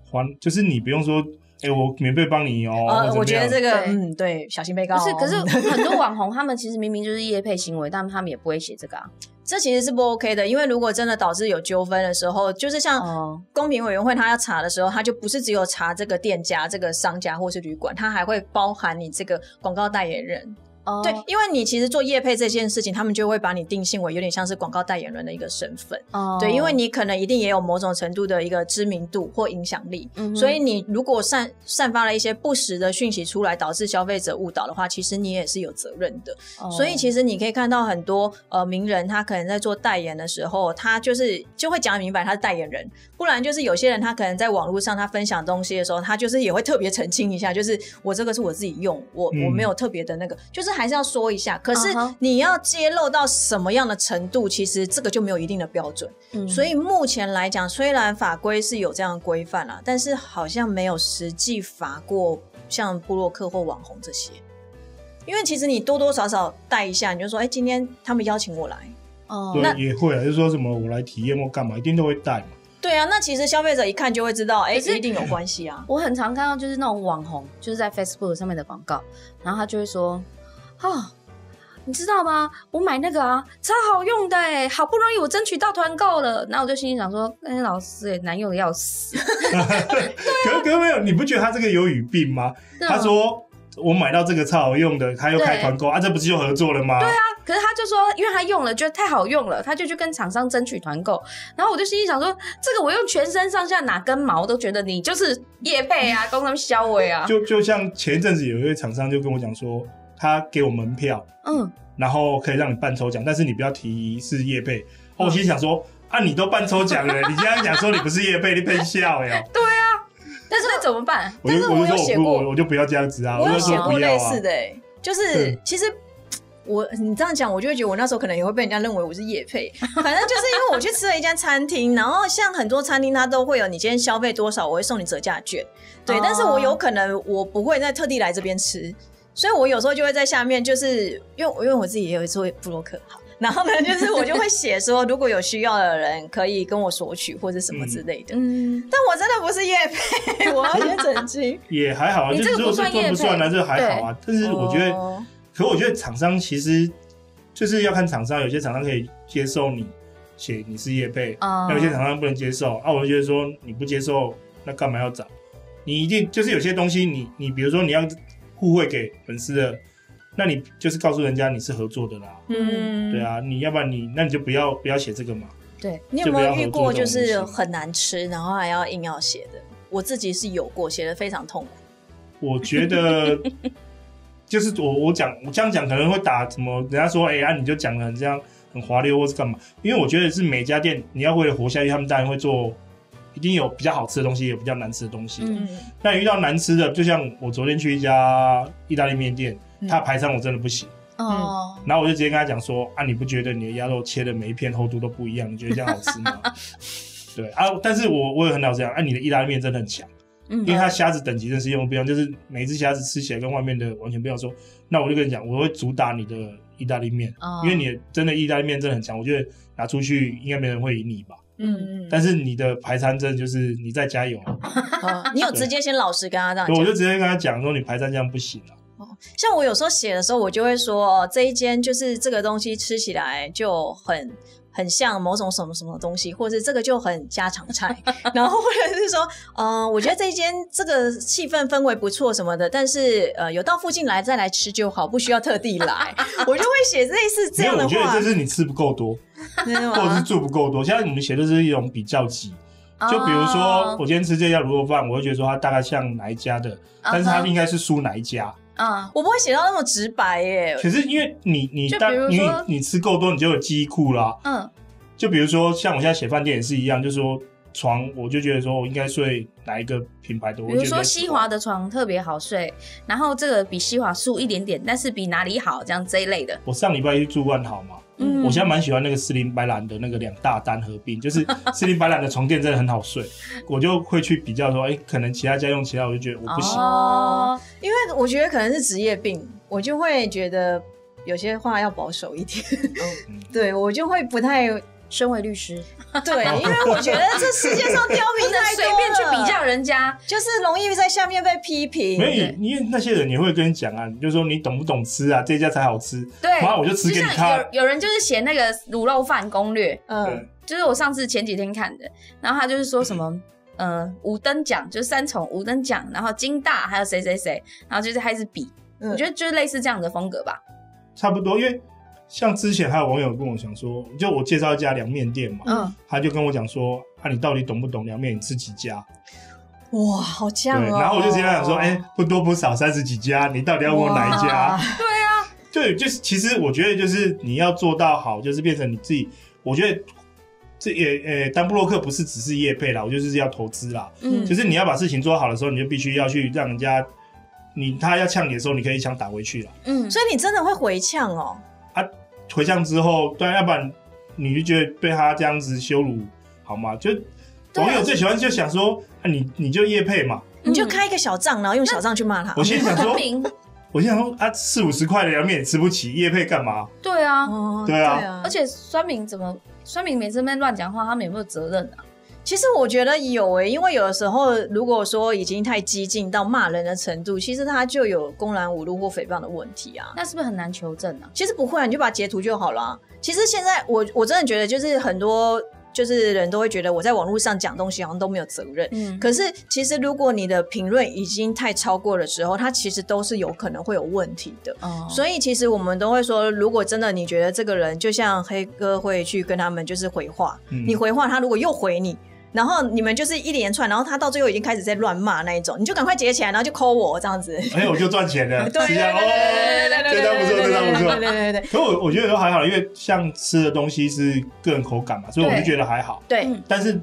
S3: 还，就是你不用说，哎、我免费帮你哦、
S1: 呃，
S3: 或
S1: 我
S3: 怎么
S1: 觉
S3: 样
S1: 得这个
S2: 对
S1: 嗯，对，小心被告
S2: 不
S1: 哦。
S2: 是，可是很多网红他们其实明明就是业配行为，但他们也不会写这个啊。
S1: 这其实是不 OK 的，因为如果真的导致有纠纷的时候，就是像
S2: 哦
S1: 公平委员会他要查的时候，他就不是只有查这个店家、这个商家或是旅馆，他还会包含你这个广告代言人。
S2: 哦
S1: 对，因为你其实做业配这件事情，他们就会把你定性为有点像是广告代言人的一个身份。
S2: 哦
S1: 对，因为你可能一定也有某种程度的一个知名度或影响力，
S2: 嗯哼
S1: 所以你如果散散发了一些不实的讯息出来，导致消费者误导的话，其实你也是有责任的。
S2: 哦
S1: 所以其实你可以看到很多呃名人，他可能在做代言的时候，他就是就会讲明白他是代言人，不然就是有些人他可能在网络上他分享东西的时候，他就是也会特别澄清一下，就是我这个是我自己用，我、
S3: 嗯
S1: 我没有特别的那个，就是还是要说一下。可是
S2: 嗯哼
S1: 你要揭露到什么样的程度，其实这个就没有一定的标准。
S2: 嗯
S1: 所以目前来讲，虽然法规是有这样的规范啦，但是好像没有实际罚过像布洛克或网红这些。因为其实你多多少少带一下，你就说，哎、今天他们邀请我来，
S2: 哦，
S1: 那
S3: 对，也会啊，就是说什么我来体验或干嘛，一定都会带嘛。
S1: 对啊，那其实消费者一看就会知道，哎、
S2: 可是
S1: 一定有关系啊。
S2: 我很常看到就是那种网红，就是在 Facebook 上面的广告，然后他就会说：“啊、你知道吗？我买那个啊，超好用的哎，好不容易我争取到团购了。”然后我就心里想说：“哎、老师哎，难用的要死。
S1: 啊
S3: 可是可是没有，你不觉得他这个有语病吗？” 他说我买到这个超好用的，他又开团购啊，这不是就合作了吗？对啊，
S2: 可是他就说，因为他用了，觉得太好用了，他就去跟厂商争取团购。然后我就心里想说，这个我用全身上下哪根毛都觉得你就是叶配 啊，工商销尾啊。
S3: 就就像前一阵子有一位厂商就跟我讲说，他给我门票，
S2: 嗯，
S3: 然后可以让你办抽奖，但是你不要提是业配。
S1: 嗯
S3: 哦我心想说。啊！你都办抽奖 了，你这样讲说你不是业配，你被笑呀！
S2: 但是那怎么办？
S3: 我就
S1: 但是
S3: 我
S1: 我
S3: 就
S1: 有
S3: 说
S1: 写
S3: 我不
S1: 过
S3: 我我就不要这样子啊！
S1: 我有
S3: 就
S1: 写
S3: 说
S1: 过
S3: 不
S1: 类
S3: 要
S1: 似
S3: 啊！
S1: 的、欸，就是
S3: 对
S1: 其实。我你这样讲，我就会觉得我那时候可能也会被人家认为我是叶配。反正就是因为我去吃了一家餐厅，然后像很多餐厅它都会有你今天消费多少，我会送你折价券。对，
S2: 哦
S1: 但是我有可能我不会再特地来这边吃，所以我有时候就会在下面，就是因为我因为我自己也有做布洛克，好，然后呢，就是我就会写说，如果有需要的人可以跟我索取或者什么之类的。
S2: 嗯，
S1: 但我真的不是叶 配，我要先澄 清。
S3: 也还好啊，
S2: 你
S3: 就
S2: 这
S3: 是
S2: 个
S3: 说
S2: 不算业
S3: 这
S2: 配
S3: 不算啊，这还好啊。但是我觉得，
S1: 哦
S3: 可我觉得厂商其实就是要看厂商，有些厂商可以接受你写你是业配，
S2: 啊
S3: 那有些厂商不能接受啊。我就觉得说你不接受，那干嘛要找？你一定就是有些东西你，你比如说你要互惠给粉丝的，那你就是告诉人家你是合作的啦。
S1: 嗯
S3: 对啊，你要不然你那你就不要不要写这个嘛。
S2: 对，
S1: 你有没有
S3: 就不要
S1: 遇
S3: 合作
S1: 过
S3: 这
S1: 就
S3: 种
S1: 是
S3: 东西
S1: 很难吃，然后还要硬要写的？我自己是有过，写的非常痛苦。
S3: 我觉得就是我我讲我这样讲可能会打什么，人家说哎、啊你就讲的很这样很滑溜或是干嘛？因为我觉得是每家店你要为了活下去，他们当然会做，一定有比较好吃的东西，也有比较难吃的东西。
S2: 嗯
S1: 嗯，
S3: 那、遇到难吃的，就像我昨天去一家意大利面店，
S1: 嗯
S3: 他排餐我真的不行，
S2: 哦，
S3: 然后我就直接跟他讲说啊你不觉得你的鸭肉切的每一片厚度都不一样，你觉得这样好吃吗？ 对啊，但是我我也很老实讲，啊你的意大利面真的很强。
S2: 嗯
S3: 因为它虾子等级真是用不一样，就是每一只虾子吃起来跟外面的完全不一样。说，那我就跟你讲，我会主打你的意大利面，
S2: 哦
S3: 因为你的真的意大利面真的很强，我觉得拿出去应该没人会赢你吧。
S1: 嗯嗯
S3: 但是你的排餐真的就是你再加油啊，
S2: 哦
S1: 好 你有直接先老实跟他这样
S3: 所以我
S1: 讲。
S3: 就直接跟他讲说你排餐这样不行啊。
S1: 像我有时候写的时候，我就会说，哦，这一间就是这个东西吃起来就很很像某种什么什么东西，或者这个就很家常 菜，然后或者是说，嗯，我觉得这一间这个气氛氛围不错什么的，但是呃，有到附近来再来吃就好，不需要特地来。 我就会写类似这
S3: 因
S1: 样
S3: 为
S1: 的
S3: 我觉得
S1: 话
S3: 这，是你 吃不够多，
S1: 真的
S2: 嗯
S3: 或者
S1: 吗
S3: 是做不够多。现在我们写的是一种比较级，就比如说
S2: 哦
S3: 我今天吃这家卤肉饭，我会觉得说它大概像哪一家的，但是
S2: 嗯
S3: 它
S2: 哼
S3: 应该是输哪一家。
S2: 嗯，
S1: 我不会写到那么直白耶。
S3: 可是因为你你
S2: 就
S3: 当
S2: 比如
S3: 你
S2: 说
S3: 你吃够多，你就有记忆库啦。
S2: 嗯，
S3: 就比如说像我现在写饭店也是一样，就是说床，我就觉得说我应该睡哪一个品牌的，我
S2: 比
S3: 就
S2: 如
S3: 觉得
S2: 说西华的床特别好睡，然后这个比西华素一点点，但是比哪里好，这样这一类的。
S3: 我上礼拜去住万豪嘛，
S1: 嗯
S3: 我现在蛮喜欢那个四零白兰的那个两大单合并，就是四零白兰的床垫真的很好睡，我就会去比较说，哎、可能其他家用其他，我就觉得我不行。
S2: 哦，
S1: 因为我觉得可能是职业病，我就会觉得有些话要保守一点。
S3: 嗯
S1: 对我就会不太
S2: 身为律师，
S1: 对，啊因为我觉得这世界上刁
S2: 不
S1: 民
S2: 能
S1: 太
S2: 随
S1: 多了
S2: 便去比，较人家。
S1: 就是容易在下面被批评。
S3: 没有，因为那些人也会跟你讲啊，你就说你懂不懂吃啊，这家才好吃，
S2: 对，
S3: 妈我就吃给你
S2: 像
S3: 看。
S2: 有有人就是写那个卤肉饭攻略，
S1: 嗯，
S2: 就是我上次前几天看的，然后他就是说什
S3: 嗯
S2: 么。呃，五等奖就是三重五等奖，然后金大还有谁谁谁，然后就是开始比，
S1: 嗯
S2: 我觉得就是类似这样的风格吧。
S3: 差不多，因为像之前还有网友跟我讲说，就我介绍一家凉面店嘛，
S2: 嗯，
S3: 他就跟我讲说，啊，你到底懂不懂凉面？你吃几家？
S1: 哇，好
S3: 对，
S1: 呛哦。
S3: 然后我就直接跟他讲说，哎、不多不少三十几家，你到底要问我哪一家
S1: 哇？
S2: 对啊，
S3: 对，就是其实我觉得就是你要做到好，就是变成你自己，我觉得。这也呃，当布洛克不是只是业配啦，我就是要投资啦。
S2: 嗯
S3: 就是你要把事情做好的时候，你就必须要去让人家你他要呛你的时候，你可以一枪打回去了。
S2: 嗯，
S1: 所以你真的会回呛哦。
S3: 回呛之后，对，要不然你就觉得被他这样子羞辱好吗？就
S2: 对啊
S3: 网友最喜欢就想说，啊、你你就叶配嘛。
S1: 你
S2: 嗯
S1: 就开一个小账，然后用小账去骂他
S3: 我。心里想
S2: 聪
S3: 说，
S2: 明，
S3: 我心想说啊，四五十块的凉面也吃不起，叶配干嘛？
S2: 对啊，
S1: 哦
S3: 对啊
S2: 而且酸民怎么酸民每次在那边乱讲话，他们有没有责任啊？
S1: 其实我觉得有诶、因为有的时候如果说已经太激进到骂人的程度，其实他就有公然侮辱或诽谤的问题啊。
S2: 那是不是很难求证啊？
S1: 其实不会、啊，你就把它截图就好啦。其实现在我我真的觉得，就是很多就是人都会觉得我在网络上讲东西好像都没有责任。
S2: 嗯，
S1: 可是，其实如果你的评论已经太超过的时候，它其实都是有可能会有问题的。
S2: 哦
S1: 所以其实我们都会说，如果真的你觉得这个人，就像黑哥会去跟他们就是回话，
S3: 嗯
S1: 你回话他如果又回你，然后你们就是一连串，然后他到最后已经开始在乱骂那一种，你就赶快截起来，然后就扣我这样子。
S3: 哎，我就赚钱了，
S1: 对啊
S3: 是这样
S1: 对
S3: 哦。这张不错这张不错
S1: 对对对对
S3: 可我我觉得都还好，因为像吃的东西是个人口感嘛，所以我就
S2: 对
S3: 觉得还好。
S1: 对
S2: 嗯
S3: 但是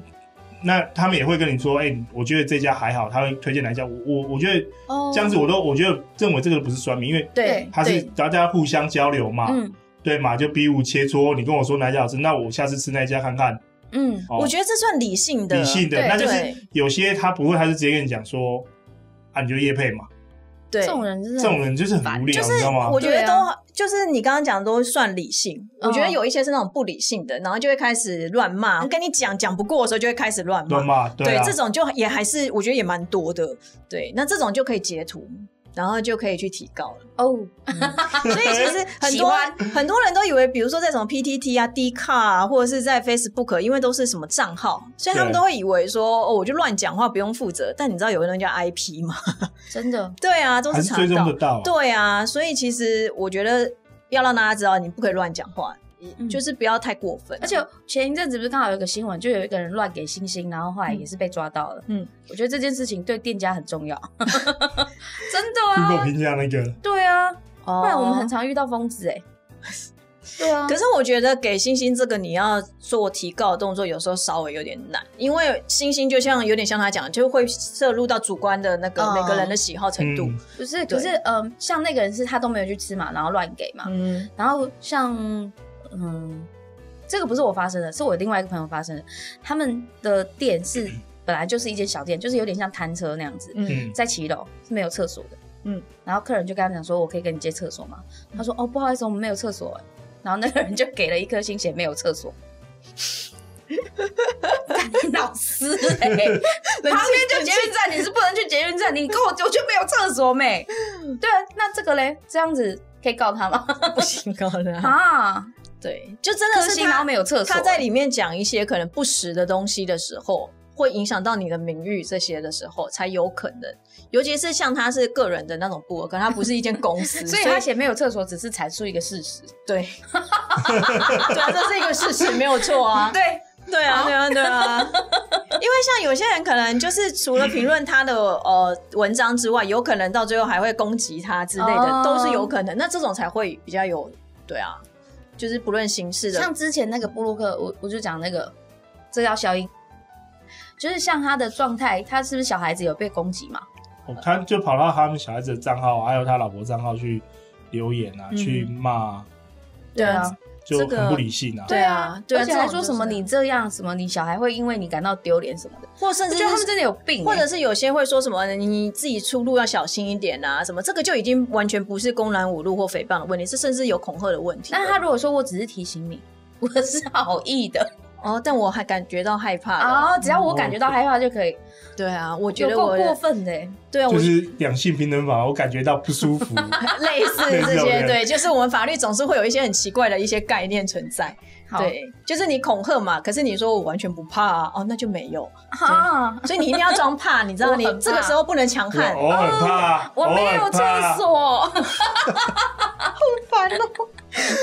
S3: 那他们也会跟你说，哎、我觉得这家还好，他会推荐哪一家。我我我觉得
S2: 哦
S3: 这样子，我都我觉得认为这个不是酸民，因为
S1: 对
S3: 他是大家互相交流嘛，
S2: 嗯
S3: 对嘛？就比武切磋，你跟我说哪一家好吃，那我下次吃那一家看看。
S2: 嗯，
S3: 哦
S1: 我觉得这算理性的，
S3: 理性的，
S2: 对
S3: 那就是
S1: 对
S3: 有些他不会，他就直接跟你讲说，啊，你就叶配嘛。
S1: 对
S2: 这。种人真
S3: 这
S2: 的
S3: 种人就是很无聊，
S1: 嗯就是
S3: 你知道吗？
S1: 我觉得
S2: 对
S1: 都、
S2: 啊
S1: 就是你刚刚讲的都算理性，我
S2: 嗯
S1: 觉得有一些是那种不理性的，然后就会开始乱骂。跟你讲讲不过的时候，就会开始乱骂
S3: 对。嘛？对啊
S1: 这，种就也还是我觉得也蛮多的。对，那这种就可以截图，然后就可以去提高了。
S2: 哦，
S1: 所以其 实很
S2: 喜
S1: 多
S2: 欢
S1: 很多人都以为，比如说在什么 PTT 啊、D 卡啊，或者是在 Facebook，因为都是什么账号，所以他们
S3: 对
S1: 都会以为说哦，我就乱讲话不用负责。但你知道有个东西叫 IP 吗？
S2: 真的，
S1: 对啊，都
S3: 还
S1: 是
S3: 是
S1: 查
S3: 追
S1: 得
S3: 踪
S1: 到
S3: 得。到啊。
S1: 对啊，所以其实我觉得要让大家知道，你不可以乱讲话，
S2: 嗯
S1: 就是不要太过分。啊
S2: 而且前一阵子不是刚好有一个新闻，就有一个人乱给星星，然后后来也是被抓到了。
S1: 嗯
S2: 嗯，我觉得这件事情对店家很 重要，真的
S3: Google
S2: 啊，
S3: 评价那个，
S2: 对啊，
S1: 不
S2: 不然我们很常遇到疯子哎、对啊，
S1: 哦可是我觉得给星星这个你要做提高的动作，有时候稍微有点难，因为星星就像有点像他讲，就会涉入到主观的那个
S2: 哦
S1: 每个人的喜好程度。
S3: 嗯，
S2: 不是，
S1: 对
S2: 可是嗯、像那个人是他都没有去吃嘛，然后乱给嘛，
S1: 嗯，
S2: 然后像嗯，这个不是我发生的，是我另外一个朋友发生的，他们的店是本来就是一间小店，就是有点像摊车那样子，
S1: 嗯
S3: 嗯
S2: 在骑楼是没有厕所的，
S1: 嗯
S2: 嗯，然后客人就跟他讲说，我可以跟你借厕所吗？他说哦，不好意思，我们没有厕所、欸。然后那个人就给了一颗星写没有厕所，老师哎、欸，旁边就捷运站，你是不能去捷运站，你跟我我就没有厕所没？对啊，那这个嘞，这样子可以告他吗？
S1: 不行高了，
S2: 啊，
S1: 对，就真的
S2: 颗
S1: 是
S2: 星然后
S1: 他
S2: 没有厕所欸，
S1: 他在里面讲一些可能不实的东西的时候。会影响到你的名誉这些的时候，才有可能。尤其是像他是个人的那种部落格，他不是一间公 司，
S2: 所以他写没有厕所只是阐述一个事实。
S1: 对， 对啊，这是一个事实，没有错 啊。
S2: 对，
S1: 对啊，对啊，对啊。 因为像有些人可能就是除了评论他的呃文章之外，有可能到最后还会攻击他之类的，
S2: 哦
S1: 都是有可能。那这种才会比较有对啊，就是不论形式的
S2: 像之前那个布鲁克，我我就讲那个这要消音，就是像他的状态，他是不是小孩子有被攻击嘛？
S3: 我看就跑到他们小孩子的账号，还有他老婆账号去留言啊，
S1: 嗯
S3: 去骂，
S1: 对
S2: 啊，
S3: 就
S1: 这个
S3: 很不理性啊。
S1: 对啊对啊
S2: 而且还
S1: 这种
S2: 说
S1: 就是
S2: 什么你这样，什么你小孩会因为你感到丢脸什么的，
S1: 或甚
S2: 我
S1: 至
S2: 觉得他们
S1: 是
S2: 真的有病欸、
S1: 或者是有些会说什么你你自己出路要小心一点啊，什么这个就已经完全不是公然侮辱或诽谤的问题，是甚至有恐吓的问题了。
S2: 那他如果说我只是提醒你，我是好意的
S1: 哦，但我还感觉到害怕了。
S2: 啊、只要我感觉到害怕就可以，
S1: 对啊，我觉
S2: 有
S1: 得
S2: 够
S1: 我
S2: 过分的欸、
S1: 对啊，我
S3: 就是两性平等法，我感觉到不舒 服。
S1: 类似这些，对，就是我们法律总是会有一些很奇怪的一些概念存在。
S2: 好
S1: 对，就是你恐吓嘛，可是你说我完全不怕啊，哦，那就没 有，
S2: 啊，
S1: 所以你一定要装怕，你知道，
S2: 我
S1: 你
S2: 很怕
S1: 这个时候不能强
S3: 我
S1: 悍，
S3: 我很怕，
S2: 我没有
S3: 很
S2: 厕
S3: 怕。
S2: 所。
S1: 烦哦。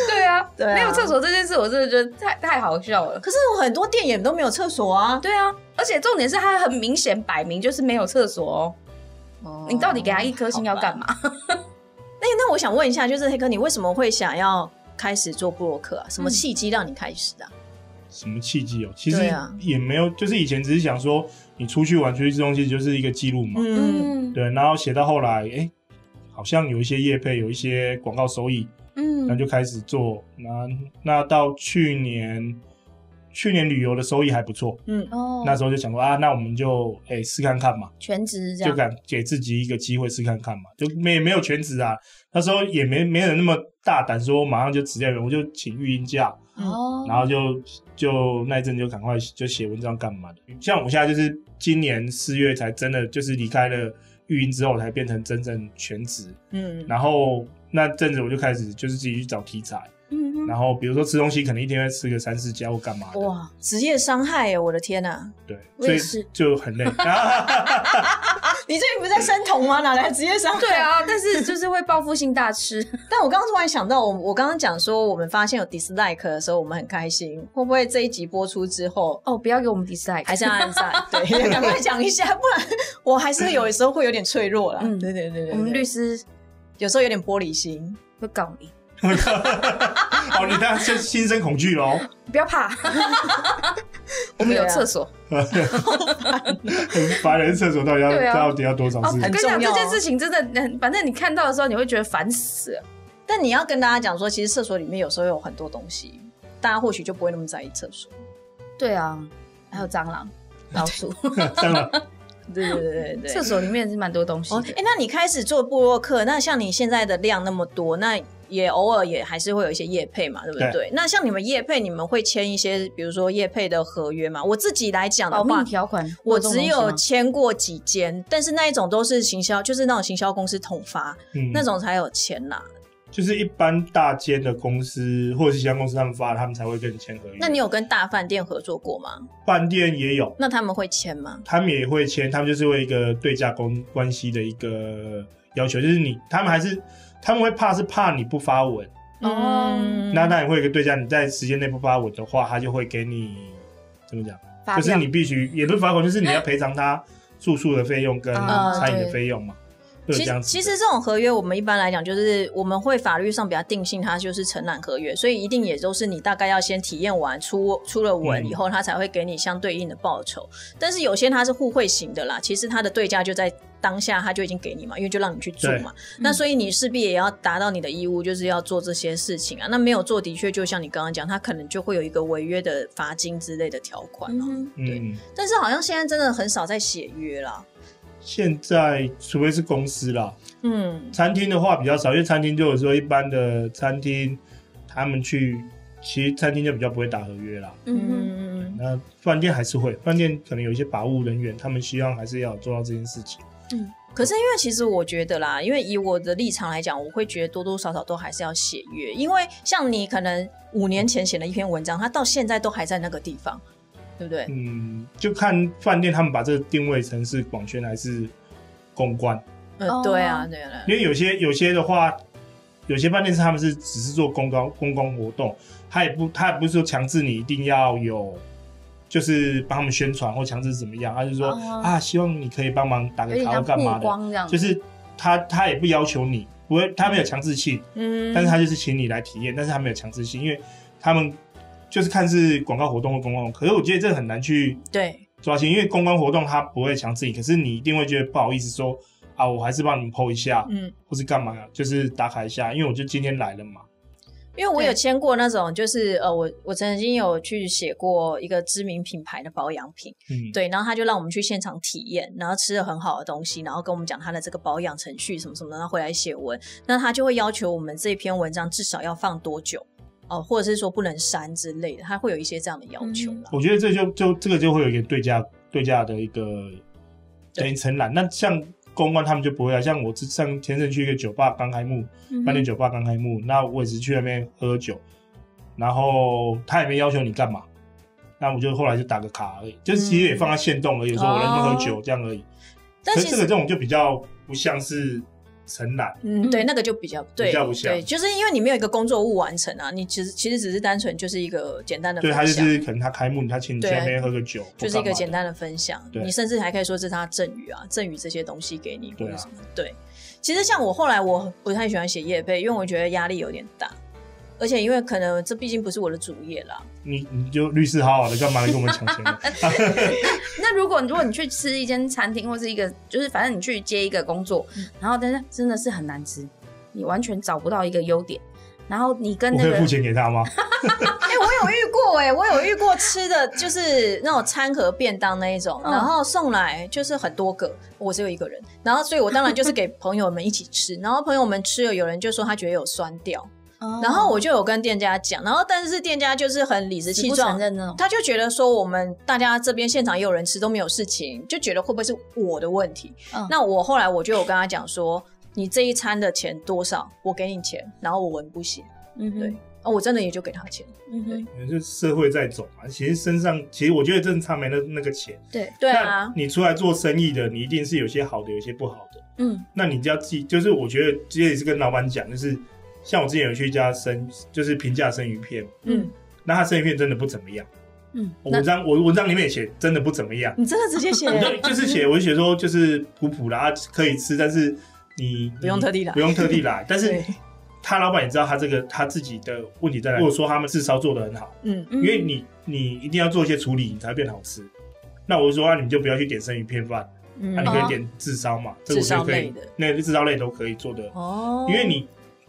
S2: 对啊，
S1: 对啊
S2: 没有厕所这件事，我真的觉得太太好笑了。
S1: 可是有很多店也都没有厕所啊，
S2: 对啊，而且重点是他很明显摆明就是没有厕所哦。你到底给他一颗星要干
S1: 嘛？
S2: 嘛？
S1: 那那我想问一下，就是黑哥，你为什么会想要开始做布洛克啊？什么契机让你开始的啊？
S3: 什么契机哦？其
S1: 对
S3: 实
S1: 啊
S3: 也没有，就是以前只是想说，你出去玩、出去吃东西就是一个记录嘛。
S1: 嗯
S2: 嗯，
S3: 对，然后写到后来，哎、好像有一些业配，有一些广告收益，那
S2: 嗯，
S3: 就开始做。那那到去年，去年旅游的收益还不错，
S2: 哦，
S3: 那时候就想说啊，那我们就哎试、看看嘛，
S2: 全职这
S3: 就
S2: 样，
S3: 敢给自己一个机会试看看嘛，就没没有全职啊，那时候也没没人那么大胆说马上就辞掉人，我就请育婴假，
S2: 哦，
S3: 然后就就那一阵就赶快就写文章干嘛的。像我现在就是今年四月才真的就是离开了育婴之后，才变成真正全职。
S1: 嗯，
S3: 然后那阵子我就开始就是自己去找题材，
S2: 嗯嗯，
S3: 然后比如说吃东西，可能一天会吃个三四家或干嘛的。
S1: 哇，职业伤害耶！我的天啊哪，
S3: 对，
S2: 我
S3: 所
S2: 也
S3: 以
S2: 是
S3: 就很累。啊
S1: 你最近不是在生 酮吗？哪来职业伤害？
S2: 对啊， 但是就是会报复性大吃，
S1: 但我刚刚突然想到，我我刚刚讲说，我们发现有 dislike 的时候，我们很开心。会不会这一集播出之后，
S2: 哦，不要给我们 dislike，
S1: 还是要按赞？ 对，赶快讲一下，不然我还是有时候会有点脆弱啦。
S2: 嗯
S1: 对对对对，
S2: 我们律
S1: 对
S2: 师
S1: 有时候有点玻璃心。
S2: 会告你，
S3: 哦，你当然就心生恐惧喽，
S2: 不要 怕，我们有
S1: 对啊
S2: 厕所。
S3: 很烦人。厕所到底要、
S2: 对啊
S3: 到底要多少
S2: 哦，
S3: 次
S2: 我？跟你
S1: 很
S2: 讲
S1: 重要哦
S2: 这件事情真的，嗯反正你看到的时候你会觉得烦死了。
S1: 但你要跟大家讲说，其实厕所里面有时候有很多东西，大家或许就不会那么在意厕所。
S2: 对啊，还有蟑螂、老鼠，
S3: 当然，
S1: 对对对 对对。
S2: 厕所里面是蛮多东西
S1: 哦，哎、
S2: 的。
S1: 那你开始做部落客，那像你现在的量那么多，那也偶尔也还是会有一些业配嘛，对不对？
S3: 对
S1: 那像你们业配，你们会签一些，比如说业配的合约嘛？我自己来讲的
S2: 保密
S1: 话。
S2: 条款，
S1: 我
S2: 这种
S1: 只
S2: 东西
S1: 有
S2: 吗
S1: 签过几间，但是那一种都是行销，就是那种行销公司统发、
S3: 嗯
S1: 那种才有钱啦。
S3: 就是一般大间的公司或者是其他公司他们发，他们才会跟你签合约。
S1: 那你有跟大饭店合作过吗？
S3: 饭店也有，
S1: 那他们会签吗？
S3: 他们也会签，他们就是会一个对价关关系的一个要求，就是你他们还是他们会怕是怕你不发文，
S2: 哦
S1: 嗯
S3: 那那你会有一个对价，你在时间内不发文的话，他就会给你怎么讲？
S2: 发
S3: 就是
S2: 票
S3: 你必须也不是罚款，就是你要赔偿他住宿的费用跟
S2: 啊
S3: 餐饮
S1: 嗯
S3: 的
S1: 哦对
S3: 费用嘛，会有
S1: 其
S3: 这样
S1: 实
S3: 子的。
S1: 其实这种合约，我们一般来讲就是我们会法律上比较定性，它就是承揽合约，所以一定也都是你大概要先体验完出出了文
S3: 嗯
S1: 以后，他才会给你相对应的报酬。但是有些它是互惠型的啦，其实它的对价就在当下，他就已经给你嘛，因为就让你去做嘛。
S3: 嗯
S1: 那所以你势必也要达到你的义务，就是要做这些事情啊。那没有做，的确就像你刚刚讲，他可能就会有一个违约的罚金之类的条款啊。
S2: 嗯
S3: 嗯，
S1: 但是好像现在真的很少在写约啦。
S3: 现在除非是公司啦，
S1: 嗯，
S3: 餐厅的话比较少，因为餐厅就有说一般的餐厅，他们去其实餐厅就比较不会打合约啦。
S2: 嗯
S1: 嗯
S3: 那饭店还是会，饭店可能有一些把务人员，他们希望还是要做到这件事情。
S1: 可是因为其实我觉得啦，因为以我的立场来讲，我会觉得多多少少都还是要写约，因为像你可能五年前写的一篇文章，它到现在都还在那个地方，对不对？
S3: 嗯，就看饭店他们把这个定位成是广宣还是公关，
S1: 嗯，
S2: 哦
S1: 对啊，对啊。对啊
S3: 因为有些有些的话，有些饭店是他们是只是做公关公关活动，他也不他也不是说强制你一定要有。就是帮他们宣传或强制怎么样，他就说、
S2: 哦
S3: 啊，希望你可以帮忙打
S2: 有
S3: 个
S2: 点
S3: 卡或
S2: 像
S3: 干嘛
S2: 曝
S3: 的，
S2: 光这样，
S3: 就是他他也不要求你，不会，他没有强制性，
S1: 嗯
S3: 但是他就是请你来体验，但是他没有强制性，因为他们就是看是广告活动或公共，可是我觉得这很难去
S1: 对，
S3: 抓心，因为公关活动他不会强制你，可是你一定会觉得不好意思说啊，我还是帮你们 PO 一下，
S1: 嗯，
S3: 或是干嘛，就是打卡一下，因为我就今天来了嘛，
S1: 因为我有
S2: 对
S1: 签过那种，就是呃，我我曾经有去写过一个知名品牌的保养品，
S3: 嗯，
S1: 对，然后他就让我们去现场体验，然后吃了很好的东西，然后跟我们讲他的这个保养程序什么什么的，然后回来写文。那他就会要求我们这篇文章至少要放多久哦，或者是说不能删之类的，他会有一些这样的要求啦。
S3: 我觉得这就就这个就会有一个对价对价的一个
S1: 对
S3: 等于承揽，那像。公关他们就不会啊，像我之上前阵去一个酒吧刚开幕，
S2: 嗯
S3: 饭店酒吧刚开幕，那我也是去那边喝酒，然后他也没要求你干嘛，那我就后来就打个卡而已，就是其实也放在限动而已，有时候我来那边喝酒这样而已。
S1: 嗯哦但
S3: 可
S1: 其
S3: 是这
S1: 实
S3: 个这种就比较不像是承揽，
S1: 嗯，对，那个就比较对，
S3: 较不像
S1: 对，就是因为你没有一个工作物完成啊，你其实其实只是单纯就是一个简单的分
S3: 对
S1: 享，
S3: 他就是可能他开幕，他请你去
S1: 对
S3: 那边喝个酒，
S1: 就是一个简
S3: 单。
S1: 单的分享，
S3: 对
S1: 你甚至还可以说这是他赠予啊，赠予这些东西给你或
S3: 对啊
S1: 者什么。对，其实像我后来我不太喜欢写业配，因为我觉得压力有点大。而且因为可能这毕竟不是我的主业啦，
S3: 你你就律师好好的，干嘛来跟我们抢 钱呢？
S2: 那如果如果你去吃一间餐厅或是一个，就是反正你去接一个工作，然后但是真的是很难吃，你完全找不到一个优点。然后你跟
S3: 我
S2: 那
S3: 可以付
S2: 个
S3: 钱给他吗？
S1: 哎、 我有遇过哎、我有遇过吃的就是那种餐盒便当那一种，
S2: 嗯
S1: 然后送来就是很多个，我只有一个人，然后所以我当然就是给朋友们一起吃，然后朋友们吃了，有人就说他觉得有酸掉，
S2: 哦
S1: 然后我就有跟店家讲，然后但是店家就是很理直
S2: 死
S1: 气
S2: 不
S1: 壮
S2: 承，认那种，
S1: 他就觉得说我们大家这边现场也有人吃都没有事情，就觉得会不会是我的问题？
S2: 嗯
S1: 那我后来我就有跟他讲说，你这一餐的钱多少，我给你钱，然后我文不写，
S2: 嗯哼
S1: 对，哦，我真的也就给他钱。
S2: 嗯哼，
S3: 就社会在走嘛，其实身上其实我觉得真的差没那那个钱。
S2: 对，
S1: 对
S3: 那
S1: 啊，
S3: 你出来做生意的，你一定是有些好的，有些不好的。
S2: 嗯
S3: 那你就要记，就是我觉得这也是跟老板讲，就是像我之前有去一家生，就是平价生鱼片，
S1: 嗯，
S3: 那他生鱼片真的不怎么样。
S2: 嗯，
S3: 我
S2: 那
S3: 文章我文章里面也写真的不怎么样，
S1: 你真的直接 写，
S3: 我就就是写我就写说就是普普啦，可以吃，但是你
S1: 不用特地来
S3: 不用特地来。但 是
S1: 对，
S3: 他老板也知道他这个他自己的问题在哪里。如果说他们至少做的很好，
S1: 嗯，
S2: 因
S3: 因为你你一定要做一些处理，你才会变好吃。那我就说啊，你们就不要去点生鱼片饭，啊
S1: 嗯
S3: 那、你可
S2: 哦
S3: 以点炙烧嘛，这个我
S1: 炙
S3: 觉得
S1: 烧
S3: 可
S1: 类
S3: 以
S1: 的，
S3: 那个炙烧类都可以做的
S1: 哦
S3: 因为你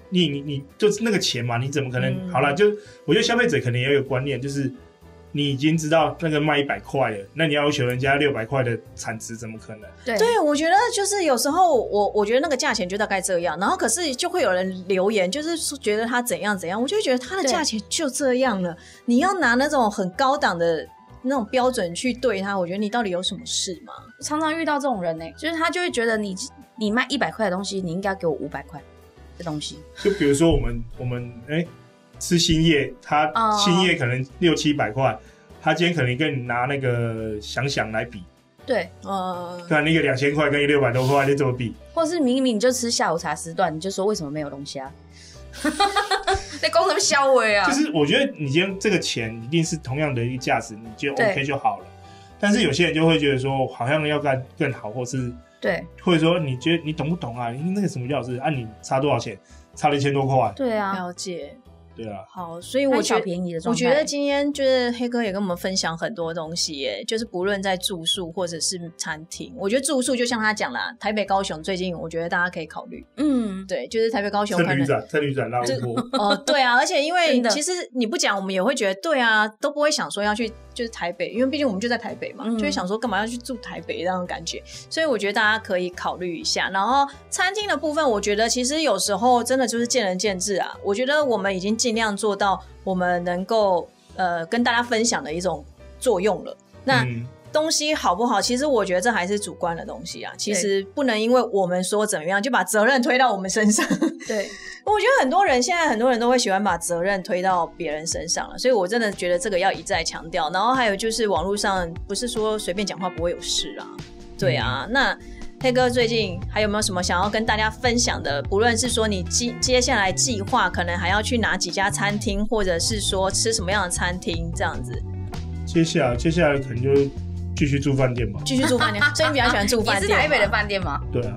S3: 你你你就是那个钱嘛，你怎么可能？
S1: 嗯
S3: 好啦，就我觉得消费者可能也有一个观念，就是你已经知道那个卖一百块了，那你要求人家六百块的产值，怎么可能？
S2: 嗯对
S1: 对，我觉得就是有时候我我觉得那个价钱就大概这样，然后可是就会有人留言，就是说觉得它怎样怎样，我就会觉得它的
S2: 对
S1: 价钱就这样了，你要拿那种很高档的那种标准去对它，我觉得你到底有什么事吗？
S2: 常常遇到这种人呢、就是他就会觉得你你卖一百块的东西，你应该给我五百块的东西，
S3: 就比如说我们我们哎、吃新叶，他
S2: 哦
S3: 新叶可能六七百块。他今天可能跟你拿那个想想来比，
S2: 对，
S1: 呃，
S3: 看那个两千块跟一六百多块，你怎么比？
S2: 或是明明你就吃下午茶时段，你就说为什么没有啊龙虾？ 在攻什么消委啊？
S3: 就是我觉得你今天这个钱一定是同样的一个价值，你就
S2: 对
S3: OK 就好了。但是有些人就会觉得说，好像要干更好，或是
S2: 对
S3: 或者说你觉得你懂不懂啊？你那个什么教师啊，你差多少钱？差了一千多块，
S2: 对啊，
S1: 了解，
S3: 对啊。
S1: 好，所以
S2: 我
S1: 我觉
S2: 小
S1: 得。
S2: 便宜的
S1: 我
S2: 状态，
S1: 觉得今天就是黑哥也跟我们分享很多东西耶，就是不论在住宿或者是餐厅，我觉得住宿就像他讲啦，台北、高雄最近我觉得大家可以考虑，
S2: 嗯，
S1: 对，就是台北、高雄
S3: 趁
S1: 可
S3: 旅
S1: 能
S3: 展，趁旅展拉货，
S1: 哦，对啊，而且因为
S2: 真的
S1: 其实你不讲，我们也会觉得对啊，都不会想说要去就是台北，因为毕竟我们就在台北嘛，
S2: 嗯
S1: 就会想说干嘛要去住台北那种感觉。所以我觉得大家可以考虑一下。然后餐厅的部分，我觉得其实有时候真的就是见仁见智啊。我觉得我们已经尽量做到我们能够呃跟大家分享的一种作用了。那、
S3: 嗯，
S1: 东西好不好，其实我觉得这还是主观的东西啊。其实不能因为我们说怎么样，就把责任推到我们身上。
S2: 对，
S1: 我觉得很多人现在很多人都会喜欢把责任推到别人身上了，所以我真的觉得这个要一再强调。然后还有就是网络上不是说随便讲话不会有事啊，对啊。
S2: 嗯
S1: 那黑哥最近还有没有什么想要跟大家分享的？不论是说你接接下来计划可能还要去哪几家餐厅，或者是说吃什么样的餐厅这样子，
S3: 接下来接下来可能就继续住饭店吧。
S1: 继续住 饭店。所以你比较喜欢住饭
S2: 也
S1: 店
S2: 是
S1: 吗？
S2: 台北的饭店吗？
S3: 对啊，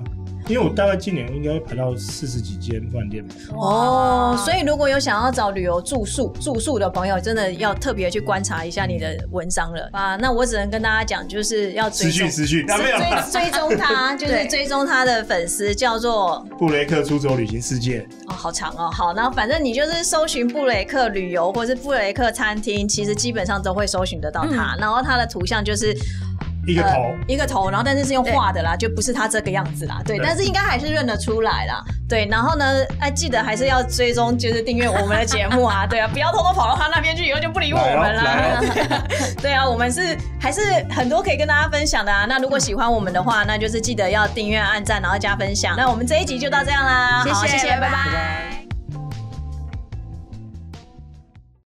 S3: 因为我大概今年应该会排到四十几间饭店吧。
S1: 哦，所
S2: 以
S1: 以如果有想要找旅游住宿住宿的朋友，真的要特别去观察一下你的文章了啊！那我只能跟大家讲，就是要追
S3: 持续
S1: 踪。
S3: 持续，啊没有啦，
S1: 追追踪他，就是
S2: 对
S1: 追踪他的粉丝叫做
S3: 布雷克出走旅行世界，
S1: 哦，好长哦，好，然后反正你就是搜寻布雷克旅游或是布雷克餐厅，其实基本上都会搜寻得到他。然后他的图像就是
S3: 一个头
S1: 呃、一个头，然后但是是用画的啦，就不是他这个样子啦，对，
S3: 对
S1: 但是应该还是认得出来啦，对，然后呢，哎，记得还是要追踪，就是订阅我们的节目啊， 对啊，不要偷偷跑到他那边去，以后就不理我
S3: 来哦
S1: 们啦，
S3: 来
S1: 对啊，我们是还是很多可以跟大家分享的啊，那如果喜欢我们的话，那就是记得要订阅、按赞，然后加分享，那我们这一集就到这样啦，好，
S2: 谢
S1: 谢
S2: 谢，
S1: 谢，拜
S2: 拜
S1: 拜
S2: 拜。